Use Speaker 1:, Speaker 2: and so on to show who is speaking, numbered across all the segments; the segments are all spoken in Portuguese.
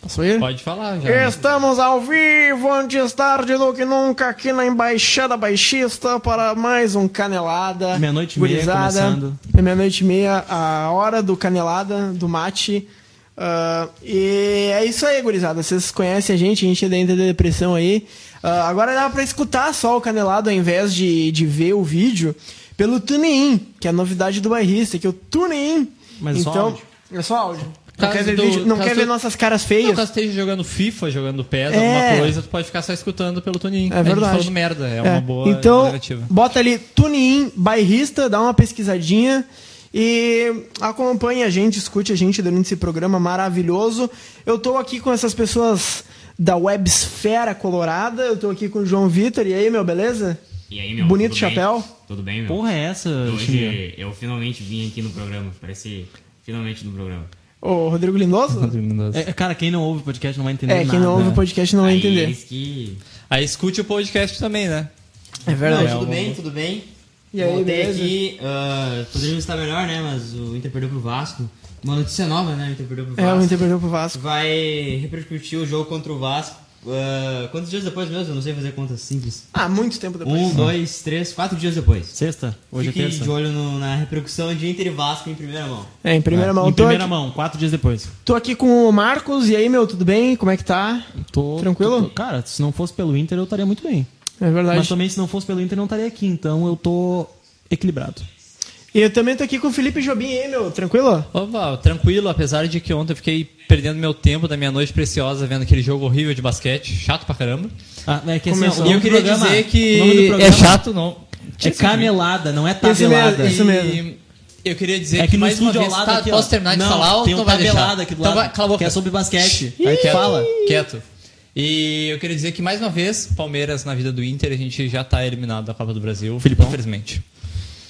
Speaker 1: Posso ir?
Speaker 2: Pode falar já.
Speaker 3: É
Speaker 2: né?
Speaker 1: Estamos ao vivo, antes tarde do que nunca, aqui na Embaixada Baixista, para mais um Canelada.
Speaker 2: Meia-noite e meia
Speaker 1: Gurizada.
Speaker 2: começando.
Speaker 1: É meia-noite e meia, a hora do Canelada, do mate. Ah, e é isso aí, gurizada. Vocês conhecem a gente, a gente é da Entre Depressão aí. Ah, agora dá pra escutar só o Canelado ao invés de, de ver o vídeo pelo TuneIn, que é a novidade do bairrista, que é o TuneIn.
Speaker 2: Mas só
Speaker 1: então,
Speaker 2: áudio.
Speaker 1: É só áudio. Não
Speaker 2: Caso
Speaker 1: quer ver,
Speaker 2: do-
Speaker 1: vídeo, não
Speaker 2: caso
Speaker 1: quer ver
Speaker 2: do-
Speaker 1: nossas caras
Speaker 2: Não,
Speaker 1: feias?
Speaker 2: caso esteja jogando FIFA, jogando PES,
Speaker 1: É.
Speaker 2: alguma coisa, tu pode ficar só escutando pelo Toninho. tá
Speaker 1: É verdade.
Speaker 2: falando merda, é, uma boa
Speaker 1: Então,
Speaker 2: alternativa.
Speaker 1: bota ali TuneIn, bairrista, dá uma pesquisadinha e acompanhe a gente, escute a gente durante esse programa maravilhoso. Eu tô aqui com essas pessoas da Websfera Colorada, eu tô aqui com o João Vitor. E aí, meu, beleza?
Speaker 4: E aí, meu?
Speaker 1: Bonito
Speaker 4: tudo
Speaker 1: chapéu.
Speaker 4: Bem? Tudo bem, meu?
Speaker 2: Porra é essa, Chimbinha?
Speaker 4: Hoje eu finalmente vim aqui no programa. Parece finalmente no programa.
Speaker 1: Ô, Rodrigo Lindoso?
Speaker 2: É,
Speaker 3: É, cara, quem não ouve o podcast não vai entender
Speaker 1: É,
Speaker 3: nada.
Speaker 1: quem não ouve o podcast não vai
Speaker 4: Aí
Speaker 1: entender.
Speaker 4: eles que.
Speaker 2: Aí escute o podcast também, né?
Speaker 1: É
Speaker 4: Não,
Speaker 2: é
Speaker 4: tudo
Speaker 2: um-
Speaker 4: bem, tudo bem.
Speaker 1: E aí,
Speaker 4: Voltei
Speaker 1: beleza?
Speaker 4: aqui. ah, poderíamos estar melhor, né? Mas o Inter perdeu pro Vasco. Uma notícia nova, né? O Inter perdeu pro
Speaker 1: É,
Speaker 4: Vasco.
Speaker 1: o Inter perdeu pro Vasco.
Speaker 4: Vai repercutir o jogo contra o Vasco. ah, quantos dias depois mesmo? Eu não sei fazer contas simples.
Speaker 1: Ah, muito tempo depois.
Speaker 4: Um, dois, três, quatro dias depois.
Speaker 3: Sexta? Hoje
Speaker 4: Fique
Speaker 3: é terça.
Speaker 4: de olho no- na repercussão de Inter e Vasco em primeira mão.
Speaker 1: É, em primeira mão.
Speaker 3: Em
Speaker 1: Tô
Speaker 3: primeira
Speaker 1: aqui-
Speaker 3: mão, quatro dias depois.
Speaker 1: Tô aqui com o Marcos. E aí, meu, tudo bem? Como é que tá?
Speaker 3: Tô,
Speaker 1: Tranquilo?
Speaker 3: tô- tô- cara, se não fosse pelo Inter, eu estaria muito bem.
Speaker 1: É verdade.
Speaker 3: Mas também, se não fosse pelo Inter, eu não estaria aqui. Então, eu tô equilibrado.
Speaker 1: E eu também tô aqui com o Felipe Jobim, hein, meu? Tranquilo?
Speaker 2: Opa, tranquilo, apesar de que ontem eu fiquei perdendo meu tempo da minha noite preciosa vendo aquele jogo horrível de basquete, chato pra caramba.
Speaker 3: Ah, é que assim,
Speaker 1: Começou.
Speaker 3: ó, o
Speaker 2: E eu
Speaker 3: nome do
Speaker 2: queria
Speaker 3: programa-
Speaker 2: dizer
Speaker 3: o nome do
Speaker 2: que é
Speaker 3: programa
Speaker 2: chato, não.
Speaker 3: É canelada, não é
Speaker 1: Isso mesmo,
Speaker 3: tabelada.
Speaker 1: isso mesmo.
Speaker 2: E eu queria dizer
Speaker 3: É
Speaker 2: que
Speaker 3: que no
Speaker 2: mais uma
Speaker 3: estúdio ao
Speaker 2: vez,
Speaker 3: lado
Speaker 2: tá,
Speaker 3: aqui, ó.
Speaker 2: posso terminar de
Speaker 3: Não,
Speaker 2: falar ou
Speaker 3: tem
Speaker 2: tu
Speaker 3: um
Speaker 2: vai deixar?
Speaker 3: tabelado aqui do
Speaker 2: Então
Speaker 3: lado,
Speaker 2: vai, cala a boca.
Speaker 3: que é sobre basquete.
Speaker 2: Shhh,
Speaker 3: Aí tu
Speaker 2: quieto,
Speaker 3: fala.
Speaker 2: Quieto. E eu queria dizer que mais uma vez, Palmeiras na vida do Inter, a gente já tá eliminado da Copa do Brasil,
Speaker 3: Filipão.
Speaker 2: infelizmente.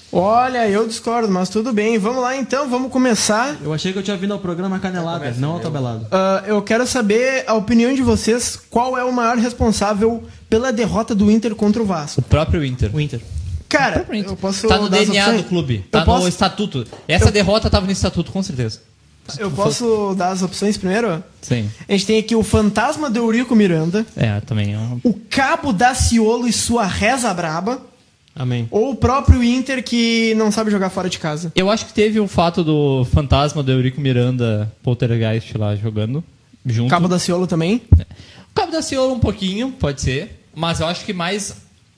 Speaker 1: Olha, eu discordo, mas tudo bem. Vamos lá então, vamos começar.
Speaker 3: Eu achei que eu tinha vindo ao programa canelada, não ao tabelado.
Speaker 1: Ah, eu quero saber a opinião de vocês. Qual é o maior responsável pela derrota do Inter contra o Vasco?
Speaker 2: O próprio Inter.
Speaker 3: O Inter.
Speaker 1: Cara, eu posso
Speaker 2: tá no
Speaker 1: dar as
Speaker 2: DNA
Speaker 1: opções?
Speaker 2: do clube,
Speaker 1: Eu
Speaker 2: tá no
Speaker 1: posso,
Speaker 2: estatuto. Essa derrota tava no estatuto, com certeza.
Speaker 1: eu posso dar as opções primeiro?
Speaker 2: Sim.
Speaker 1: A gente tem aqui o Fantasma do Eurico Miranda,
Speaker 2: É, também. é um-
Speaker 1: o Cabo Daciolo e sua Reza Braba,
Speaker 3: Amém.
Speaker 1: ou o próprio Inter que não sabe jogar fora de casa.
Speaker 2: Eu acho que teve o fato do fantasma do Eurico Miranda Poltergeist lá jogando junto.
Speaker 1: Cabo Daciolo também.
Speaker 2: O Cabo da Ciola um pouquinho, pode ser, mas eu acho que mais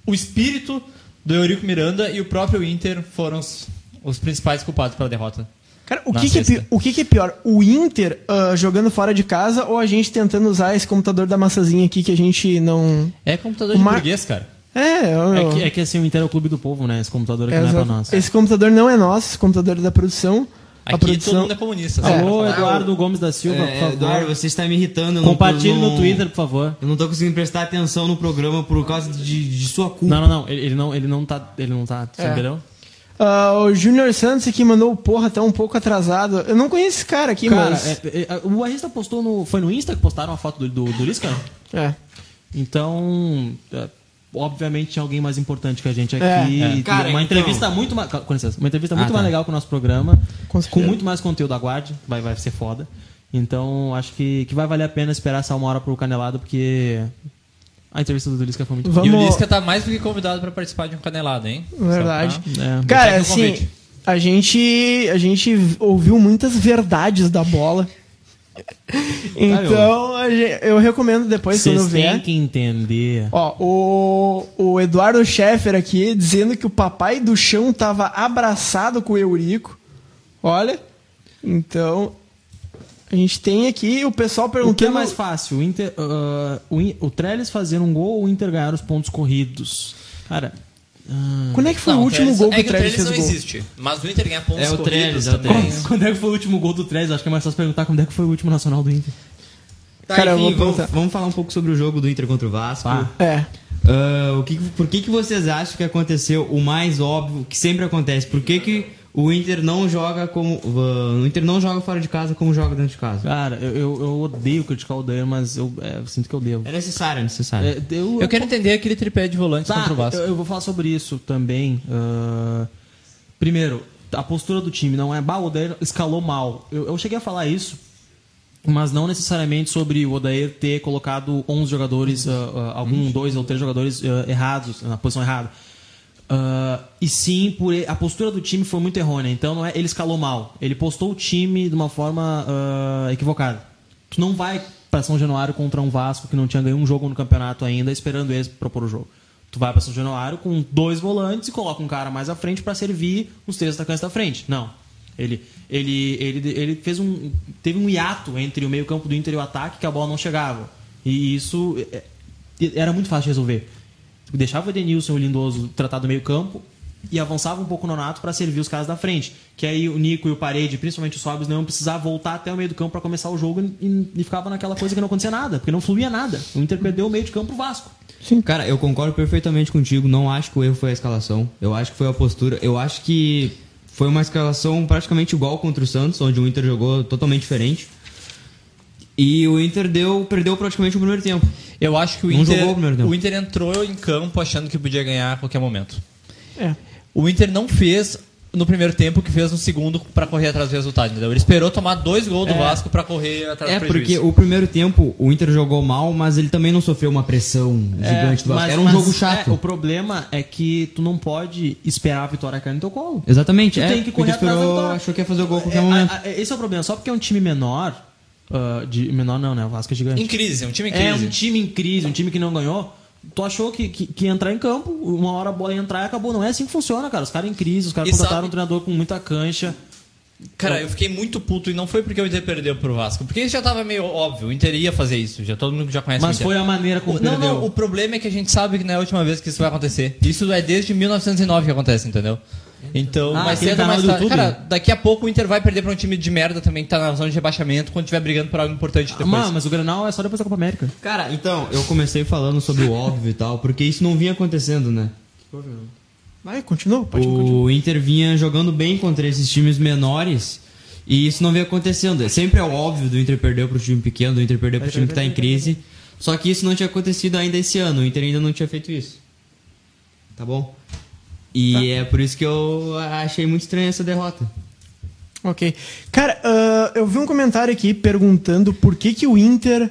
Speaker 2: o espírito do Eurico Miranda e o próprio Inter foram os, os principais culpados pela derrota.
Speaker 1: Cara, o,
Speaker 2: Na
Speaker 1: que, que, é
Speaker 2: sexta.
Speaker 1: pi- o que, que é pior? O Inter ah, jogando fora de casa ou a gente tentando usar esse computador da massazinha aqui que a gente não.
Speaker 2: É computador de
Speaker 1: Mar-
Speaker 2: burguês, cara.
Speaker 1: É, eu,
Speaker 3: É que, é que assim, o Inter é o clube do povo, né? Esse computador aqui
Speaker 1: é,
Speaker 3: não é pra
Speaker 1: exato.
Speaker 3: nós.
Speaker 1: Esse computador não é nosso, esse computador é da produção. a
Speaker 2: Aqui todo
Speaker 1: produção.
Speaker 2: mundo é comunista. sabe?
Speaker 3: Alô, Eduardo Gomes da Silva, por
Speaker 4: É,
Speaker 3: favor.
Speaker 4: Eduardo, você está me irritando. eu não-
Speaker 3: Compartilhe
Speaker 4: eu não-
Speaker 3: no Twitter, por favor.
Speaker 4: Eu não tô conseguindo prestar atenção no programa por causa de, de sua culpa.
Speaker 3: Não, não, não. Ele, ele não, ele não tá. Ele não tá.
Speaker 1: É.
Speaker 3: Entendeu?
Speaker 1: Ah, o Júnior Santos aqui mandou o porra, tá um pouco atrasado. Eu não conheço esse cara aqui,
Speaker 3: Cara,
Speaker 1: mas. É.
Speaker 3: é- é- a- o Arista postou no. Foi no Insta que postaram a foto do, do, do Lisca?
Speaker 1: é,
Speaker 3: Então. é, obviamente tinha alguém mais importante que a gente aqui.
Speaker 1: É,
Speaker 3: E
Speaker 4: Cara, então-
Speaker 3: uma entrevista muito mais. Com licença, uma entrevista muito
Speaker 4: Ah,
Speaker 3: mais
Speaker 4: tá.
Speaker 3: legal com o nosso programa.
Speaker 1: Com
Speaker 3: Com,
Speaker 1: certeza.
Speaker 3: muito mais conteúdo, aguarde. Vai, vai ser foda. Então, acho que, que vai valer a pena esperar essa uma hora pro canelado, porque. A entrevista do Lisca foi muito
Speaker 1: Vamos-
Speaker 2: E o Lisca tá mais do que convidado pra participar de um canelado, hein?
Speaker 1: Verdade.
Speaker 2: Só
Speaker 1: Cara,
Speaker 2: Deixa
Speaker 3: É.
Speaker 2: aqui o
Speaker 1: assim,
Speaker 2: convite.
Speaker 1: a gente, a gente ouviu muitas verdades da bola. Então, a gente- eu recomendo depois, quando
Speaker 3: Vocês
Speaker 1: vier.
Speaker 3: têm que entender.
Speaker 1: Ó, o, o Eduardo Schaeffer aqui dizendo que o papai do chão tava abraçado com o Eurico. Olha. Então, a gente tem aqui o pessoal
Speaker 3: O que é
Speaker 1: perguntando.
Speaker 3: mais fácil? O, Inter, ah, o, In- o Trellis fazer um gol ou o Inter ganhar os pontos corridos? Cara, ah,
Speaker 1: Quando é que foi
Speaker 2: Não,
Speaker 1: o último
Speaker 2: Trellis-
Speaker 1: gol que
Speaker 2: é
Speaker 1: o Trellis fez
Speaker 2: não
Speaker 1: o gol?
Speaker 2: existe. Mas o Inter ganha pontos
Speaker 4: É o
Speaker 2: corridos
Speaker 4: Trellis, é o
Speaker 2: também.
Speaker 4: Trellis.
Speaker 3: quando é que foi o último gol do Trellis? Acho que é mais fácil perguntar quando é que foi o último nacional do Inter.
Speaker 4: Tá,
Speaker 1: Cara, eu vou
Speaker 4: enfim, vamos,
Speaker 1: perguntar.
Speaker 4: vamos falar um pouco sobre o jogo do Inter contra o Vasco.
Speaker 3: Tá.
Speaker 1: É.
Speaker 4: Ah, o que, que- por que, que vocês acham que aconteceu o mais óbvio que sempre acontece? Por que, que o Inter não joga como. ah, o Inter não joga fora de casa como joga dentro de casa?
Speaker 3: Cara, eu, eu, eu odeio criticar o Dan, mas eu, é, eu sinto que eu devo.
Speaker 4: É necessário, é necessário.
Speaker 3: É, eu,
Speaker 2: Eu quero entender aquele tripé de volantes
Speaker 3: Tá,
Speaker 2: contra o Vasco.
Speaker 3: Eu, eu vou falar sobre isso também. ah, primeiro, a postura do time não é. Bah, o Odair escalou mal. Eu, eu cheguei a falar isso mas não necessariamente sobre o Odair ter colocado 11 jogadores, ah, ah, algum, dois ou três jogadores ah, errados, na posição errada. Ah, e sim, por e- a postura do time foi muito errônea. Então não é ele escalou mal. Ele postou o time de uma forma ah, equivocada. Tu não vai para São Januário contra um Vasco que não tinha ganho um jogo no campeonato ainda, esperando eles propor o jogo. Tu vai para São Januário com dois volantes e coloca um cara mais à frente para servir os três atacantes da frente. Não. Ele, ele, ele, ele fez um, teve um hiato entre o meio-campo do Inter e o ataque que a bola não chegava. E isso é, é, era muito fácil de resolver. Deixava o Edenilson e o Lindoso tratar do meio-campo e avançava um pouco no Nato para servir os caras da frente. Que aí o Nico e o Parede, principalmente o Sobis, não iam precisar voltar até o meio do campo para começar o jogo e, e ficava naquela coisa que não acontecia nada, porque não fluía nada. O Inter perdeu o meio de campo pro Vasco.
Speaker 4: Cara, eu concordo perfeitamente contigo. Não acho que o erro foi a escalação. Eu acho que foi a postura. Eu acho que foi uma escalação praticamente igual contra o Santos, onde o Inter jogou totalmente diferente. E o Inter deu, perdeu praticamente o primeiro tempo.
Speaker 2: Eu acho que o
Speaker 4: Não
Speaker 2: Inter,
Speaker 4: jogou o primeiro então. tempo.
Speaker 2: o Inter entrou em campo achando que podia ganhar a qualquer momento.
Speaker 1: É.
Speaker 2: O Inter não fez no primeiro tempo o que fez no segundo pra correr atrás do resultado, entendeu? Ele esperou tomar dois gols do Vasco pra correr atrás
Speaker 4: É,
Speaker 2: do
Speaker 4: porque
Speaker 2: prejuízo.
Speaker 4: o primeiro tempo o Inter jogou mal, mas ele também não sofreu uma pressão gigante do Vasco. Era um jogo chato.
Speaker 3: é, o problema é que tu não pode esperar a vitória cair no teu colo.
Speaker 4: Exatamente.
Speaker 3: Tu
Speaker 4: é,
Speaker 3: tem que
Speaker 4: o Inter
Speaker 3: correr atrás da
Speaker 4: esperou,
Speaker 3: vitória.
Speaker 4: achou que ia fazer o gol a qualquer
Speaker 3: É,
Speaker 4: momento.
Speaker 3: a- a- esse é o problema. Só porque é um time menor. ah, de, menor não, né? O Vasco é gigante.
Speaker 2: Em crise, é um time em
Speaker 3: é
Speaker 2: crise.
Speaker 3: um time em crise, um time que não ganhou. Tu achou que, que, que ia entrar em campo, uma hora a bola ia entrar e acabou. Não é assim que funciona, cara. Os caras em crise, os caras
Speaker 2: E
Speaker 3: contrataram
Speaker 2: sabe-
Speaker 3: um treinador com muita cancha.
Speaker 2: Cara, eu fiquei muito puto e não foi porque o Inter perdeu pro Vasco. Porque isso já tava meio óbvio. O Inter ia fazer isso. Já, todo mundo já conhece o
Speaker 3: Mas
Speaker 2: Inter.
Speaker 3: foi a maneira como
Speaker 2: O- Não,
Speaker 3: perdeu.
Speaker 2: não, o problema é que a gente sabe que não é a última vez que isso vai acontecer. Isso é desde 1909 que acontece, entendeu? Então,
Speaker 3: Ah,
Speaker 2: mas
Speaker 3: aquele
Speaker 2: cedo ou mais
Speaker 3: canal
Speaker 2: tarde.
Speaker 3: do
Speaker 2: Cara,
Speaker 3: YouTube?
Speaker 2: daqui a pouco o Inter vai perder pra um time de merda também que tá na zona de rebaixamento quando tiver brigando por algo importante depois.
Speaker 3: Mano, mas o Granal é só depois da Copa América.
Speaker 4: Cara, então, eu comecei falando sobre o óbvio e tal, porque isso não vinha acontecendo, né?
Speaker 1: Vai, continua, pode continuar.
Speaker 4: O Inter vinha jogando bem contra esses times menores e isso não vinha acontecendo. Sempre é o óbvio do Inter perder pro time pequeno, do Inter perder pro time que tá em crise. Só que isso não tinha acontecido ainda esse ano, o Inter ainda não tinha feito isso. Tá bom? E é por isso que eu achei muito estranha essa derrota.
Speaker 1: Ok. Cara, ah, eu vi um comentário aqui perguntando por que, que o Inter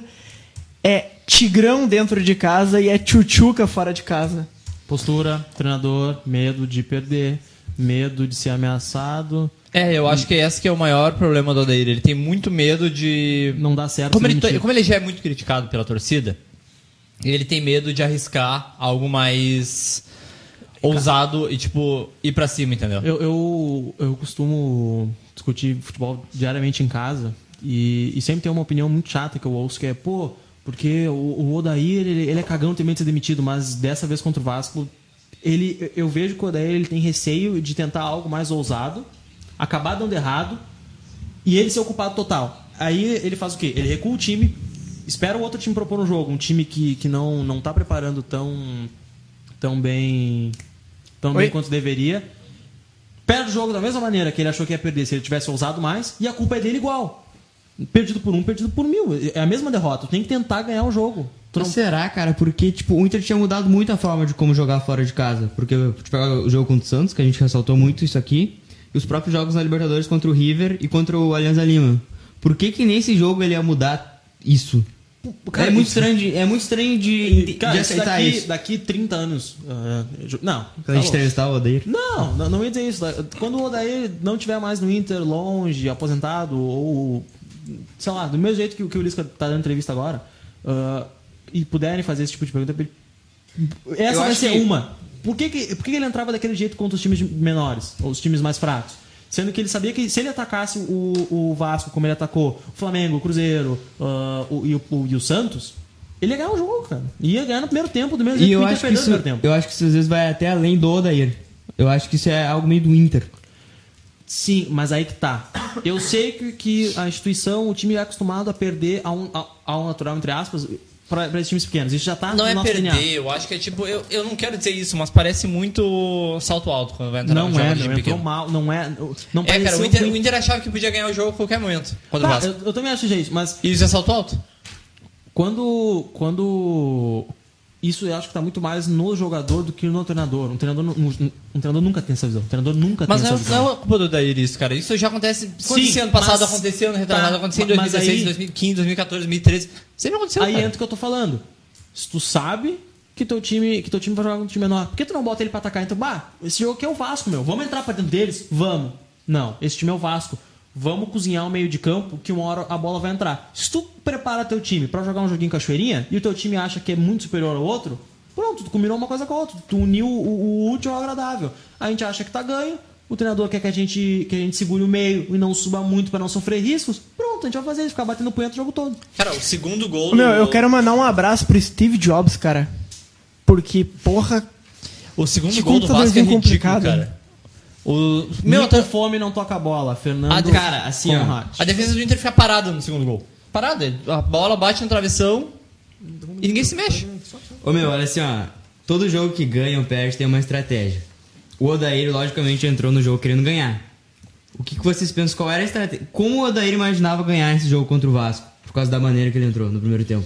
Speaker 1: é tigrão dentro de casa e é tchutchuca fora de casa.
Speaker 3: Postura, treinador, medo de perder, medo de ser ameaçado,
Speaker 2: É, eu acho que esse que é o maior problema do Odair. Ele tem muito medo de.
Speaker 3: não dá certo.
Speaker 2: Como
Speaker 3: ser
Speaker 2: ele,
Speaker 3: demitido.
Speaker 2: como ele já é muito criticado pela torcida, ele tem medo de arriscar algo mais ousado e, tipo, ir pra cima, entendeu?
Speaker 3: Eu, eu, eu costumo discutir futebol diariamente em casa e, e sempre tem uma opinião muito chata que eu ouço que é, pô, porque o, o Odair, ele, ele é cagão, tem medo de ser demitido, mas dessa vez contra o Vasco, ele, eu vejo que o Odair ele tem receio de tentar algo mais ousado, acabar dando errado e ele ser o culpado total. Aí ele faz o quê? Ele recua o time, espera o outro time propor um jogo, um time que, que não, não tá preparando tão, tão bem tão
Speaker 1: Oi?
Speaker 3: bem quanto deveria. Perde o jogo da mesma maneira que ele achou que ia perder se ele tivesse ousado mais, e a culpa é dele igual. Perdido por um, perdido por mil. É a mesma derrota. Tu tem que tentar ganhar o jogo. Tu
Speaker 4: Mas
Speaker 3: não-
Speaker 4: será, cara? Porque, tipo, o Inter tinha mudado muito a forma de como jogar fora de casa. Porque, tipo, o jogo contra o Santos, que a gente ressaltou muito isso aqui, e os próprios jogos na Libertadores contra o River e contra o Alianza Lima. Por que que nesse jogo ele ia mudar isso?
Speaker 3: cara,
Speaker 4: é, muito
Speaker 3: isso-
Speaker 4: estranho de, é muito estranho de, de,
Speaker 3: Cara,
Speaker 4: de
Speaker 3: isso
Speaker 4: aceitar
Speaker 3: daqui,
Speaker 4: isso.
Speaker 3: daqui 30 anos. ah, ju- não.
Speaker 4: Quando a gente
Speaker 3: tá louco.
Speaker 4: entrevistar o Odeir.
Speaker 3: Não, não, não ia dizer isso. Quando o Odair não tiver mais no Inter, longe, aposentado, ou. Sei lá, do mesmo jeito que, o- que o Lisca tá dando entrevista agora, ah, e puderem fazer esse tipo de pergunta pra ele- Essa
Speaker 4: Eu
Speaker 3: vai
Speaker 4: acho
Speaker 3: ser
Speaker 4: que-
Speaker 3: uma. Por que, que- por que que ele entrava daquele jeito contra os times de- menores, ou os times mais fracos? Sendo que ele sabia que se ele atacasse o, o Vasco como ele atacou o Flamengo, o Cruzeiro ah, o- e, o, o- e o Santos, ele ia ganhar o jogo, cara. Ia ganhar no primeiro tempo, do mesmo
Speaker 4: E
Speaker 3: jeito
Speaker 4: eu
Speaker 3: o Inter
Speaker 4: acho, que
Speaker 3: perdeu no
Speaker 4: isso,
Speaker 3: primeiro tempo.
Speaker 4: eu acho que isso às vezes vai até além do Odair. Eu acho que isso é algo meio do Inter.
Speaker 3: Sim, mas aí que tá. Eu sei que, que a instituição, o time é acostumado a perder ao, ao, ao natural, entre aspas, para esses times pequenos. Isso já tá
Speaker 2: Não
Speaker 3: no
Speaker 2: é
Speaker 3: nosso
Speaker 2: perder,
Speaker 3: DNA.
Speaker 2: eu acho que é tipo, eu, eu não quero dizer isso, mas parece muito salto alto quando vai entrar
Speaker 3: Não
Speaker 2: um jogo
Speaker 3: é,
Speaker 2: de
Speaker 3: não
Speaker 2: pequeno.
Speaker 3: entrou mal, não é. Não
Speaker 2: É, cara,
Speaker 3: pareceu
Speaker 2: o Inter,
Speaker 3: ruim.
Speaker 2: o Inter achava que podia ganhar o jogo a qualquer momento. Quando o
Speaker 3: Tá,
Speaker 2: Vasco.
Speaker 3: eu, eu também acho, gente, mas
Speaker 2: E isso é salto alto?
Speaker 3: quando. Quando. Isso eu acho que tá muito mais no jogador do que no treinador. Um treinador, nu- um, um treinador nunca tem essa visão. Um treinador nunca
Speaker 2: Mas
Speaker 3: tem essa
Speaker 2: não,
Speaker 3: visão.
Speaker 2: não é culpa do Dair isso, cara. Isso já acontece.
Speaker 3: Sim,
Speaker 2: Acontecia ano passado,
Speaker 3: mas-
Speaker 2: aconteceu ano retrasado,
Speaker 3: tá,
Speaker 2: aconteceu em
Speaker 3: mas
Speaker 2: 2016,
Speaker 3: aí-
Speaker 2: 2015, 2014, 2013. Sempre aconteceu,
Speaker 3: Aí
Speaker 2: cara.
Speaker 3: entra o que eu tô falando. Se tu sabe que teu time, que teu time vai jogar com um time menor, por que tu não bota ele pra atacar? Então, bah, esse jogo aqui é o Vasco, meu. Vamos entrar pra dentro deles? Vamos. Não, esse time é o Vasco. Vamos cozinhar o meio de campo que uma hora a bola vai entrar. Se tu prepara teu time pra jogar um joguinho cachoeirinha e o teu time acha que é muito superior ao outro, pronto, tu combinou uma coisa com a outra. Tu uniu o, o útil ao agradável. A gente acha que tá ganho, o treinador quer que a gente, que a gente segure o meio e não suba muito pra não sofrer riscos. Pronto, a gente vai fazer isso, ficar batendo punheta o jogo todo.
Speaker 2: Cara, o segundo gol.
Speaker 1: Meu,
Speaker 2: do-
Speaker 1: eu quero mandar um abraço pro Steve Jobs, cara. Porque, porra,
Speaker 2: O segundo
Speaker 1: Que
Speaker 2: gol do Vasco é
Speaker 1: computadorzinho
Speaker 2: ridículo,
Speaker 1: complicado.
Speaker 2: cara. O...
Speaker 3: Meu,
Speaker 2: Meu,
Speaker 3: Muita
Speaker 2: tá...
Speaker 3: fome não toca a bola, Fernando.
Speaker 2: Ah,
Speaker 4: cara, assim, ó.
Speaker 3: Conrad.
Speaker 2: a defesa do Inter fica parada no segundo gol. Parada. A bola bate na travessão e ninguém se mexe.
Speaker 4: Ô meu, olha assim, ó. Todo jogo que ganha ou perde tem uma estratégia. O Odair, logicamente, entrou no jogo querendo ganhar. O que, que vocês pensam? Qual era a estratégia? Como o Odair imaginava ganhar esse jogo contra o Vasco? Por causa da maneira que ele entrou no primeiro tempo.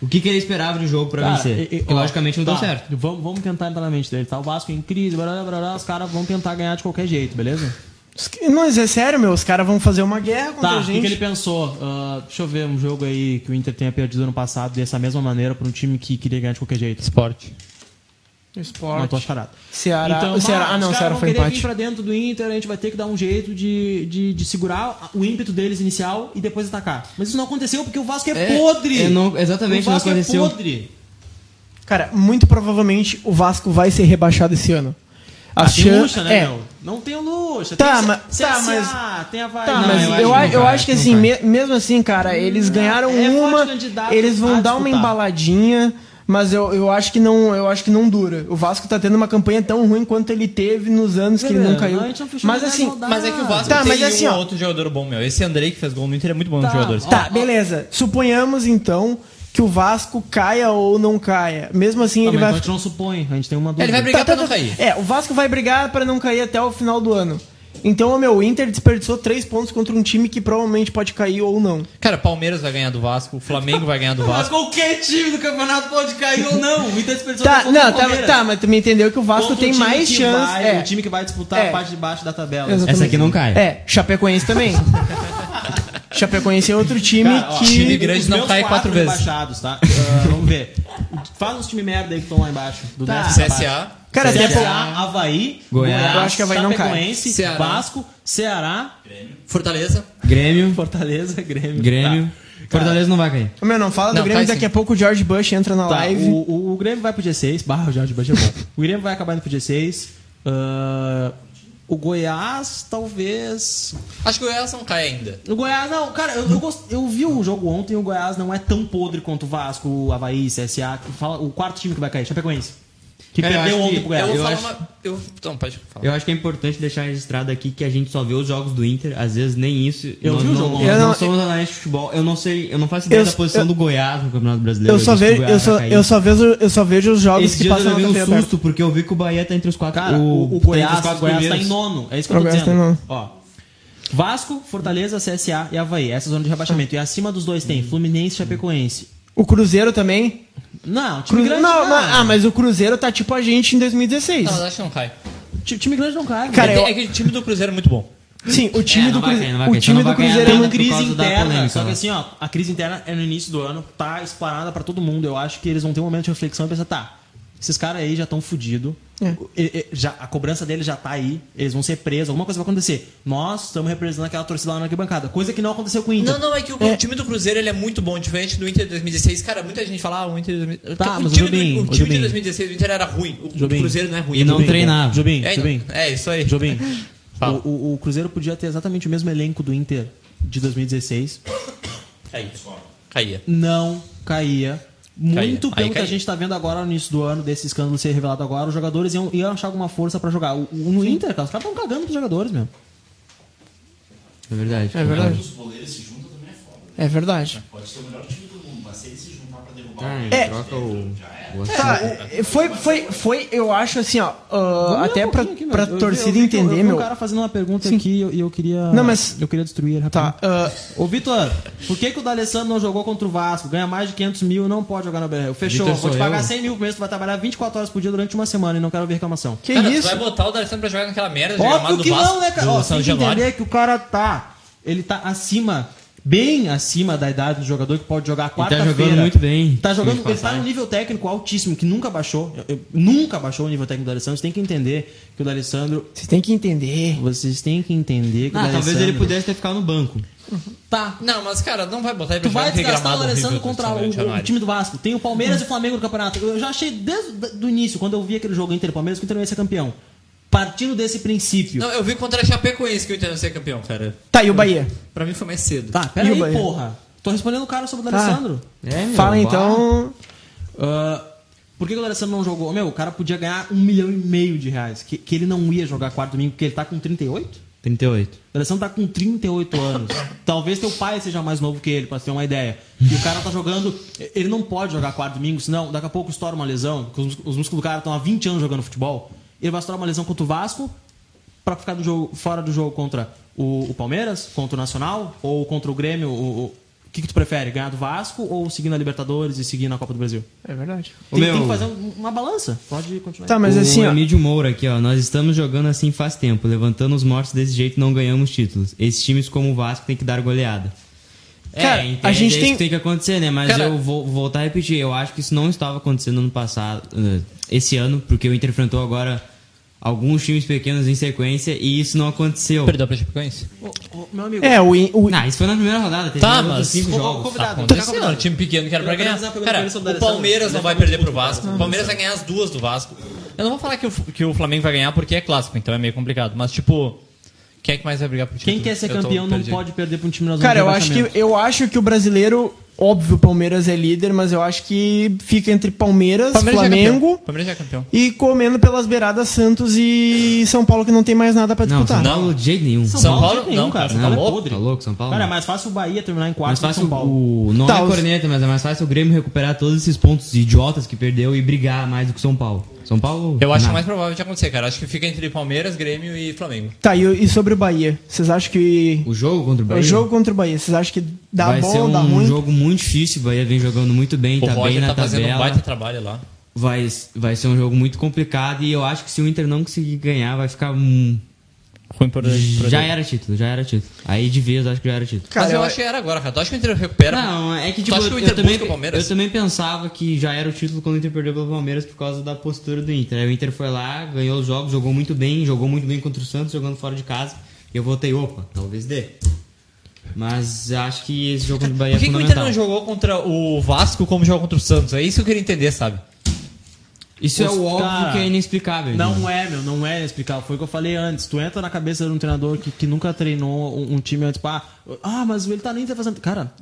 Speaker 4: O que, que ele esperava do jogo pra
Speaker 3: Cara,
Speaker 4: vencer?
Speaker 3: e- e-
Speaker 4: Porque,
Speaker 3: ó,
Speaker 4: logicamente, não
Speaker 3: tá,
Speaker 4: deu certo.
Speaker 3: Vamos, vamos tentar entrar na mente dele, tá? O Vasco em crise, blá, blá, blá, blá, os caras vão tentar ganhar de qualquer jeito, beleza?
Speaker 1: os que- não, mas é sério, meu, os caras vão fazer uma guerra contra
Speaker 3: Tá,
Speaker 1: a
Speaker 3: o que,
Speaker 1: gente.
Speaker 3: que ele pensou? Ah, deixa eu ver um jogo aí que o Inter tenha perdido ano passado dessa mesma maneira pra um time que queria ganhar de qualquer jeito.
Speaker 2: Esporte.
Speaker 3: Matou a
Speaker 1: Esporte.
Speaker 3: charada.
Speaker 1: Ceará. o Ceará.
Speaker 3: bah,
Speaker 1: Ah,
Speaker 3: Então, os
Speaker 1: não, o
Speaker 3: caras
Speaker 1: Ceará
Speaker 3: vão
Speaker 1: foi
Speaker 3: querer
Speaker 1: empate.
Speaker 3: vir pra dentro do Inter, a gente vai ter que dar um jeito de, de, de segurar o ímpeto deles inicial e depois atacar. Mas isso não aconteceu porque o Vasco é,
Speaker 4: É,
Speaker 3: podre!
Speaker 4: é, não- exatamente,
Speaker 3: o
Speaker 4: não
Speaker 3: Vasco
Speaker 4: aconteceu.
Speaker 3: é podre!
Speaker 1: Cara, muito provavelmente o Vasco vai ser rebaixado esse ano. A
Speaker 3: Ah, tem
Speaker 1: chan-
Speaker 3: luxa, né,
Speaker 1: é.
Speaker 3: meu? Não tem luxa.
Speaker 1: Tá,
Speaker 3: tem
Speaker 1: mas-
Speaker 3: C-
Speaker 1: tá,
Speaker 3: CSA,
Speaker 1: mas-
Speaker 3: Tem a vai.
Speaker 1: Tá,
Speaker 3: Não,
Speaker 1: mas eu,
Speaker 4: acho
Speaker 1: eu, acho,
Speaker 4: que não cai,
Speaker 1: que
Speaker 4: não
Speaker 1: assim,
Speaker 4: cai.
Speaker 1: me- mesmo assim, cara, eles ganharam
Speaker 3: é forte
Speaker 1: uma,
Speaker 3: candidato
Speaker 1: eles
Speaker 3: a
Speaker 1: vão dar uma
Speaker 3: disputar.
Speaker 1: embaladinha, mas eu, eu acho que não, eu acho que não dura. O Vasco tá tendo uma campanha tão ruim quanto ele teve nos anos que ele não
Speaker 3: Beleza,
Speaker 1: caiu.
Speaker 3: a gente não fechou
Speaker 1: Mas
Speaker 3: nenhuma
Speaker 1: assim,
Speaker 3: rodada.
Speaker 2: Mas é que o Vasco
Speaker 1: Tá,
Speaker 2: tem
Speaker 1: mas assim,
Speaker 2: um
Speaker 1: ó.
Speaker 2: outro jogador bom, meu. Esse Andrei que fez gol no Inter é muito bom
Speaker 3: Tá,
Speaker 2: nos jogadores.
Speaker 3: ó.
Speaker 1: tá, beleza. Suponhamos então que o Vasco caia ou não caia. Mesmo assim,
Speaker 3: Não,
Speaker 1: ele
Speaker 3: mas
Speaker 1: vai
Speaker 3: A gente não supõe, a gente tem uma dúvida.
Speaker 2: Ele vai brigar pra não cair.
Speaker 1: É, o Vasco vai brigar pra não cair até o final do ano. Então, o meu o Inter desperdiçou três pontos contra um time que provavelmente pode cair ou não.
Speaker 2: Cara, Palmeiras vai ganhar do Vasco, o Flamengo vai ganhar
Speaker 3: Tá.
Speaker 2: do
Speaker 4: Mas
Speaker 2: Vasco.
Speaker 4: qualquer time do campeonato pode cair ou não. O Inter desperdiçou
Speaker 3: é
Speaker 1: Tá,
Speaker 4: contra o
Speaker 1: não, tá,
Speaker 4: Palmeiras.
Speaker 1: tá, mas tu me entendeu que o Vasco
Speaker 3: Contra um
Speaker 1: tem
Speaker 3: time
Speaker 1: mais
Speaker 3: que
Speaker 1: chance.
Speaker 3: vai-
Speaker 1: é,
Speaker 3: O time que vai disputar
Speaker 1: É.
Speaker 3: a parte de baixo da tabela.
Speaker 1: exatamente.
Speaker 4: Essa aqui não cai.
Speaker 1: É, Chapecoense também. Chapecoense é outro time
Speaker 3: Cara, ó,
Speaker 1: que.
Speaker 2: time grande
Speaker 3: os
Speaker 2: não
Speaker 3: meus
Speaker 2: cai quatro
Speaker 3: quatro
Speaker 2: vezes.
Speaker 3: rebaixados, tá? Ah, vamos ver. Fala uns time merda aí que estão lá embaixo. Do
Speaker 1: Tá.
Speaker 3: décimo pra baixo.
Speaker 2: CSA.
Speaker 1: Cara, até
Speaker 3: CSA,
Speaker 1: pô-
Speaker 3: Havaí,
Speaker 4: Goiás.
Speaker 1: Eu acho que Havaí não cai.
Speaker 3: Chapecoense,
Speaker 2: Ceará.
Speaker 3: Vasco, Ceará,
Speaker 2: Fortaleza.
Speaker 4: Grêmio,
Speaker 3: Fortaleza, Grêmio. Tá.
Speaker 4: Grêmio. Fortaleza não vai cair.
Speaker 1: Ô, Meu, não fala do
Speaker 2: Não,
Speaker 1: Grêmio,
Speaker 2: cai
Speaker 1: daqui
Speaker 2: sim.
Speaker 1: a pouco o George Bush entra na
Speaker 3: Tá,
Speaker 1: live.
Speaker 3: o, o, o Grêmio vai pro G6. Barra, o Jorge Bush é bom. o Grêmio vai acabar indo pro G6. ah, o Goiás, talvez.
Speaker 2: Acho que o Goiás não cai ainda.
Speaker 3: O Goiás, não, cara, eu, eu, gost- eu vi o jogo ontem. O Goiás não é tão podre quanto o Vasco, o Havaí, CSA. Fala, o quarto time que vai cair, Chapecoense. Que
Speaker 4: Cara, É, eu
Speaker 3: perdeu
Speaker 4: acho
Speaker 3: ontem
Speaker 4: que-
Speaker 3: pro
Speaker 2: eu
Speaker 3: Goiás.
Speaker 2: vou
Speaker 4: eu
Speaker 2: falar
Speaker 4: acho-
Speaker 2: uma. Eu... Não, pode falar.
Speaker 4: Eu acho que é importante deixar registrado aqui que a gente só vê os jogos do Inter, às vezes nem isso.
Speaker 3: Eu
Speaker 4: Nós
Speaker 3: vi o
Speaker 4: não-
Speaker 3: jogo.
Speaker 4: Nós
Speaker 1: Eu
Speaker 4: não,
Speaker 1: não-
Speaker 4: somos analistas de futebol. Eu não sei, eu não faço ideia
Speaker 1: Eu-
Speaker 4: da posição
Speaker 1: eu-
Speaker 4: do Goiás no Campeonato Brasileiro.
Speaker 1: eu, só
Speaker 4: disse que o
Speaker 1: vejo, eu,
Speaker 4: Goiás
Speaker 1: só,
Speaker 4: vai
Speaker 1: eu, só vejo, eu só vejo os
Speaker 4: cair.
Speaker 1: jogos
Speaker 4: Esse
Speaker 1: que
Speaker 4: dia eu
Speaker 1: passam na
Speaker 4: levei um
Speaker 1: TV
Speaker 4: susto
Speaker 1: aberta.
Speaker 4: porque eu vi que o Bahia tá entre os quatro.
Speaker 3: Cara, o, o
Speaker 4: tá entre os
Speaker 3: Goiás,
Speaker 4: quatro
Speaker 3: o Goiás tá
Speaker 4: primeiros.
Speaker 3: em nono. É isso que eu
Speaker 1: O
Speaker 3: tô
Speaker 1: Goiás tá
Speaker 3: dizendo.
Speaker 1: em nono.
Speaker 3: Ó, Vasco, Fortaleza, CSA e Havaí. Essa é a zona de rebaixamento. E acima dos dois tem Fluminense e Chapecoense.
Speaker 1: O Cruzeiro também.
Speaker 3: Não, time
Speaker 1: Cruze-
Speaker 3: grande
Speaker 1: não,
Speaker 3: não.
Speaker 1: mas- ah, mas o Cruzeiro tá tipo a gente em
Speaker 2: Não,
Speaker 1: 2016.
Speaker 3: Tá.
Speaker 2: mas acho que não cai.
Speaker 3: Ti- Time grande não cai.
Speaker 1: Cara,
Speaker 2: é, que-
Speaker 1: eu-
Speaker 2: é que o time do Cruzeiro é muito bom.
Speaker 1: Sim, o time
Speaker 4: É,
Speaker 1: do
Speaker 4: não vai
Speaker 1: Cruzeiro.
Speaker 4: ganhar, não vai
Speaker 1: o
Speaker 4: ganhar,
Speaker 1: time
Speaker 4: não
Speaker 1: do
Speaker 4: vai ganhar
Speaker 1: Cruzeiro é
Speaker 4: nada.
Speaker 3: tem uma
Speaker 1: muito.
Speaker 4: por
Speaker 3: crise
Speaker 4: causa da
Speaker 3: interna.
Speaker 4: polêmica,
Speaker 3: só que
Speaker 4: né?
Speaker 3: assim, ó, a crise interna é no início do ano, tá espalhada pra todo mundo. Eu acho que eles vão ter um momento de reflexão e pensar, tá, esses caras aí já estão fudidos.
Speaker 2: É.
Speaker 3: Já, a cobrança deles já tá aí, eles vão ser presos, alguma coisa vai acontecer. Nós estamos representando aquela torcida lá na arquibancada, coisa que não aconteceu com o Inter.
Speaker 2: Não, não, é que o, o time do Cruzeiro ele é muito bom, diferente do Inter de 2016. Cara, muita gente fala, ah, o Inter de 2016.
Speaker 3: Tá,
Speaker 2: o
Speaker 3: mas
Speaker 2: time,
Speaker 3: Jobim,
Speaker 2: do, o
Speaker 3: ô,
Speaker 2: time de
Speaker 3: Jobim.
Speaker 2: 2016 do Inter era ruim. O, o
Speaker 3: Jobim.
Speaker 2: Cruzeiro não é ruim.
Speaker 4: E não
Speaker 2: Jobim.
Speaker 4: treinava.
Speaker 3: Jobim,
Speaker 2: É,
Speaker 3: Jobim.
Speaker 2: não- é, isso aí.
Speaker 3: Jobim,
Speaker 2: Fala.
Speaker 3: o, o- o Cruzeiro podia ter exatamente o mesmo elenco do Inter de 2016.
Speaker 2: Caía. É Caía.
Speaker 3: Não caía. Muito
Speaker 2: Caía. Aí
Speaker 3: pelo que a
Speaker 2: caía.
Speaker 3: gente tá vendo agora no início do ano, desse escândalo ser revelado agora, os jogadores iam, iam achar alguma força pra jogar. O, o- no Inter, cara, os caras estão cagando pros jogadores, meu.
Speaker 4: É verdade.
Speaker 1: É verdade. É verdade.
Speaker 5: se ele se juntar pra derrubar
Speaker 4: Tá,
Speaker 5: alguém,
Speaker 1: É.
Speaker 4: troca o. o assunto.
Speaker 1: Tá, foi, foi, foi, eu acho assim, ó, ah,
Speaker 3: É. Vamos
Speaker 1: até
Speaker 3: um
Speaker 1: pra,
Speaker 3: pouquinho aqui,
Speaker 1: pra
Speaker 3: meu. Eu- eu
Speaker 1: torcida
Speaker 3: vi que eu- eu
Speaker 1: entender,
Speaker 3: vi
Speaker 1: meu.
Speaker 3: um cara fazendo uma pergunta
Speaker 1: Sim.
Speaker 3: aqui e eu, e eu queria.
Speaker 1: Não, mas-
Speaker 3: Eu queria destruir ele
Speaker 1: Tá,
Speaker 3: rapidinho.
Speaker 1: ah,
Speaker 3: Ô, Vitor, por que, que o D'Alessandro não jogou contra o Vasco? Ganha mais de 500 mil e não pode jogar no BRL. Fechou,
Speaker 4: Vitor,
Speaker 3: vou te
Speaker 4: sou
Speaker 3: pagar
Speaker 4: eu?
Speaker 3: 100 mil por mês, tu vai trabalhar 24 horas por dia durante uma semana e não quero ver reclamação.
Speaker 1: que
Speaker 2: cara,
Speaker 1: isso?
Speaker 2: tu vai botar o D'Alessandro pra jogar naquela
Speaker 4: Tá
Speaker 2: merda de gramado
Speaker 3: Óbvio
Speaker 2: do
Speaker 3: que
Speaker 2: Vasco,
Speaker 3: não, né, cara?
Speaker 2: do
Speaker 3: Ó,
Speaker 2: São
Speaker 3: tem que
Speaker 2: Januário.
Speaker 3: entender que o cara tá. Ele tá acima, bem acima da idade do jogador que pode jogar
Speaker 4: Ele tá
Speaker 3: quarta-feira.
Speaker 4: jogando muito bem.
Speaker 3: Tá jogando,
Speaker 4: Diga-se de
Speaker 3: ele tá num
Speaker 4: passagem.
Speaker 3: nível técnico altíssimo, que nunca baixou. Eu- eu- nunca baixou o nível técnico do Alessandro. Você tem que entender que o D'Alessandro.
Speaker 1: Você tem que entender.
Speaker 3: Vocês têm que entender que o
Speaker 4: Ah, talvez
Speaker 3: D'Alessandro-
Speaker 4: ele pudesse ter ficado no banco.
Speaker 3: Tá.
Speaker 2: Não, mas cara, não vai botar ele pra
Speaker 3: Tu
Speaker 2: jogar
Speaker 3: vai
Speaker 2: naquele
Speaker 3: desgastar o
Speaker 2: gramado
Speaker 3: Alessandro
Speaker 2: horrível
Speaker 3: contra
Speaker 2: do São
Speaker 3: o, o
Speaker 2: Januário.
Speaker 3: time do Vasco. Tem o Palmeiras e o Flamengo no campeonato. Eu já achei desde o início, quando eu vi aquele jogo Inter e Palmeiras, que o Inter não ia ser campeão. Partindo desse princípio.
Speaker 2: Não, eu vi contra a Chapecoense que o Inter ia ser campeão, cara.
Speaker 1: Tá, e o Bahia?
Speaker 2: Pra mim foi mais cedo.
Speaker 3: Tá,
Speaker 1: E o
Speaker 3: peraí,
Speaker 1: Bahia?
Speaker 3: porra. Tô respondendo o cara sobre o
Speaker 1: Tá.
Speaker 3: Alessandro.
Speaker 4: É, meu,
Speaker 1: Fala
Speaker 4: bah.
Speaker 1: então.
Speaker 3: Ah, por que que o Alessandro não jogou? Meu, o cara podia ganhar um milhão e meio de reais. Que, que ele não ia jogar quarto domingo, porque ele tá com 38?
Speaker 4: 38.
Speaker 3: O Alessandro tá com 38 anos. Talvez teu pai seja mais novo que ele, pra ter uma ideia. E o cara tá jogando. Ele não pode jogar quarto domingo, senão daqui a pouco estoura uma lesão. porque Os, os músculos do cara estão há 20 anos jogando futebol. Ele vai estourar uma lesão contra o Vasco pra ficar do jogo- fora do jogo contra o, o Palmeiras, contra o Nacional ou contra o Grêmio. O, o- o que, que tu prefere? Ganhar do Vasco ou seguir na Libertadores e seguir na Copa do Brasil?
Speaker 1: É verdade.
Speaker 4: Ô,
Speaker 3: Tem,
Speaker 4: meu,
Speaker 3: tem que fazer um- uma balança. Pode continuar.
Speaker 1: Tá, mas
Speaker 4: o
Speaker 1: assim, ó.
Speaker 4: Emílio Moura aqui, ó. Nós estamos jogando assim faz tempo. Levantando os mortos desse jeito não ganhamos títulos. Esses times como o Vasco tem que dar goleada.
Speaker 1: Cara,
Speaker 4: em
Speaker 1: a
Speaker 4: tese,
Speaker 1: gente
Speaker 4: é
Speaker 1: tem-
Speaker 4: isso que tem que acontecer, né? Mas
Speaker 2: Cara-
Speaker 4: eu vou vou voltar a repetir. Eu acho que isso não estava acontecendo no passado, eh, esse ano, porque o Inter enfrentou agora alguns times pequenos em sequência e isso não aconteceu.
Speaker 2: Perdeu pra Chapecoense?
Speaker 3: Ô, ô, meu amigo.
Speaker 1: É, o. o
Speaker 4: Não, isso foi na primeira rodada. teve
Speaker 2: Tá,
Speaker 4: mais outros
Speaker 2: mas-
Speaker 4: cinco
Speaker 3: Ô, ô,
Speaker 4: jogos.
Speaker 3: convidado,
Speaker 2: Tá
Speaker 3: tá
Speaker 2: acontecendo,
Speaker 3: convidado.
Speaker 2: um time pequeno que era pra
Speaker 3: Eu quero
Speaker 2: ganhar.
Speaker 3: avisar pelo
Speaker 2: Cara,
Speaker 3: menos sobre o
Speaker 2: o
Speaker 3: Alessandro.
Speaker 2: Palmeiras não vai
Speaker 3: Ele tá
Speaker 2: perder
Speaker 3: muito
Speaker 2: pro Vasco. O Palmeiras vai ganhar as duas do Vasco. Eu não vou falar que o, que o Flamengo vai ganhar porque é clássico, então é meio complicado. Mas, tipo, quem é que mais vai brigar pro título?
Speaker 3: Quem quer ser
Speaker 2: Eu tô
Speaker 3: campeão não
Speaker 2: perdido.
Speaker 3: pode perder pra um time na zona
Speaker 1: Cara,
Speaker 3: de
Speaker 1: eu acho, que,
Speaker 3: rebaixamento.
Speaker 1: eu acho que o brasileiro. Óbvio, o Palmeiras é líder, mas eu acho que fica entre Palmeiras,
Speaker 2: Palmeiras já é
Speaker 1: Flamengo
Speaker 2: campeão. Palmeiras já é campeão.
Speaker 1: e comendo pelas beiradas Santos e São Paulo, que não tem mais nada pra
Speaker 4: Não,
Speaker 1: disputar.
Speaker 4: São Paulo de jeito nenhum.
Speaker 2: São Paulo?
Speaker 3: de jeito nenhum,
Speaker 2: Não,
Speaker 3: cara.
Speaker 2: cara.
Speaker 3: São Paulo
Speaker 2: Não,
Speaker 3: é
Speaker 2: tá
Speaker 3: podre.
Speaker 4: Tá louco, São Paulo?
Speaker 3: Cara, é mais fácil o Bahia terminar em quarto
Speaker 4: É mais fácil
Speaker 3: que o São Paulo.
Speaker 4: o. Não
Speaker 1: Tá,
Speaker 4: é
Speaker 1: os-
Speaker 4: corneta, mas é mais fácil o Grêmio recuperar todos esses pontos idiotas que perdeu e brigar mais do que o São Paulo. São Paulo.
Speaker 2: Eu acho
Speaker 4: nada.
Speaker 2: mais provável de acontecer, cara. Acho que fica entre Palmeiras, Grêmio e Flamengo.
Speaker 1: Tá, e, e sobre o Bahia? Vocês acham que.
Speaker 4: O jogo contra o
Speaker 1: O,
Speaker 4: Bahia.
Speaker 1: É jogo contra o Bahia, vocês acham que dá
Speaker 4: vai
Speaker 1: bom,
Speaker 4: ser um
Speaker 1: dá ruim?
Speaker 4: jogo muito difícil. O Bahia vem jogando muito bem,
Speaker 2: O
Speaker 4: tá bem
Speaker 2: Roger
Speaker 4: na
Speaker 2: tá fazendo um
Speaker 4: tabela.
Speaker 2: baita trabalho lá.
Speaker 4: vai, vai ser um jogo muito complicado e eu acho que se o Inter não conseguir ganhar, vai ficar. um-
Speaker 2: Ruim por
Speaker 4: já era título, já era título. Aí de vez, eu acho que já era título.
Speaker 2: Mas eu acho que era agora, cara. Tu acha que o Inter recupera?
Speaker 4: Não, é que
Speaker 2: Tu
Speaker 4: tipo,
Speaker 2: acha que o
Speaker 4: eu,
Speaker 2: Inter
Speaker 4: também,
Speaker 2: busca o Palmeiras?
Speaker 4: eu também pensava que já era o título quando o Inter perdeu pelo Palmeiras por causa da postura do Inter. Aí o Inter foi lá, ganhou os jogos, jogou muito bem, jogou muito bem contra o Santos, jogando fora de casa. E eu voltei, opa, talvez dê. Mas acho que esse jogo do Bahia
Speaker 2: Por
Speaker 4: é
Speaker 2: que, que o Inter
Speaker 4: fundamental.
Speaker 2: não jogou contra o Vasco como jogou contra o Santos? É isso que eu queria entender, sabe?
Speaker 4: Isso é o óbvio
Speaker 3: Cara,
Speaker 4: que é inexplicável.
Speaker 3: Não é, meu, não é explicar. Foi o que eu falei antes. Tu entra na cabeça de um treinador que, que nunca treinou um, um time antes. Pá, ah, mas ele tá nem tá fazendo. Cara,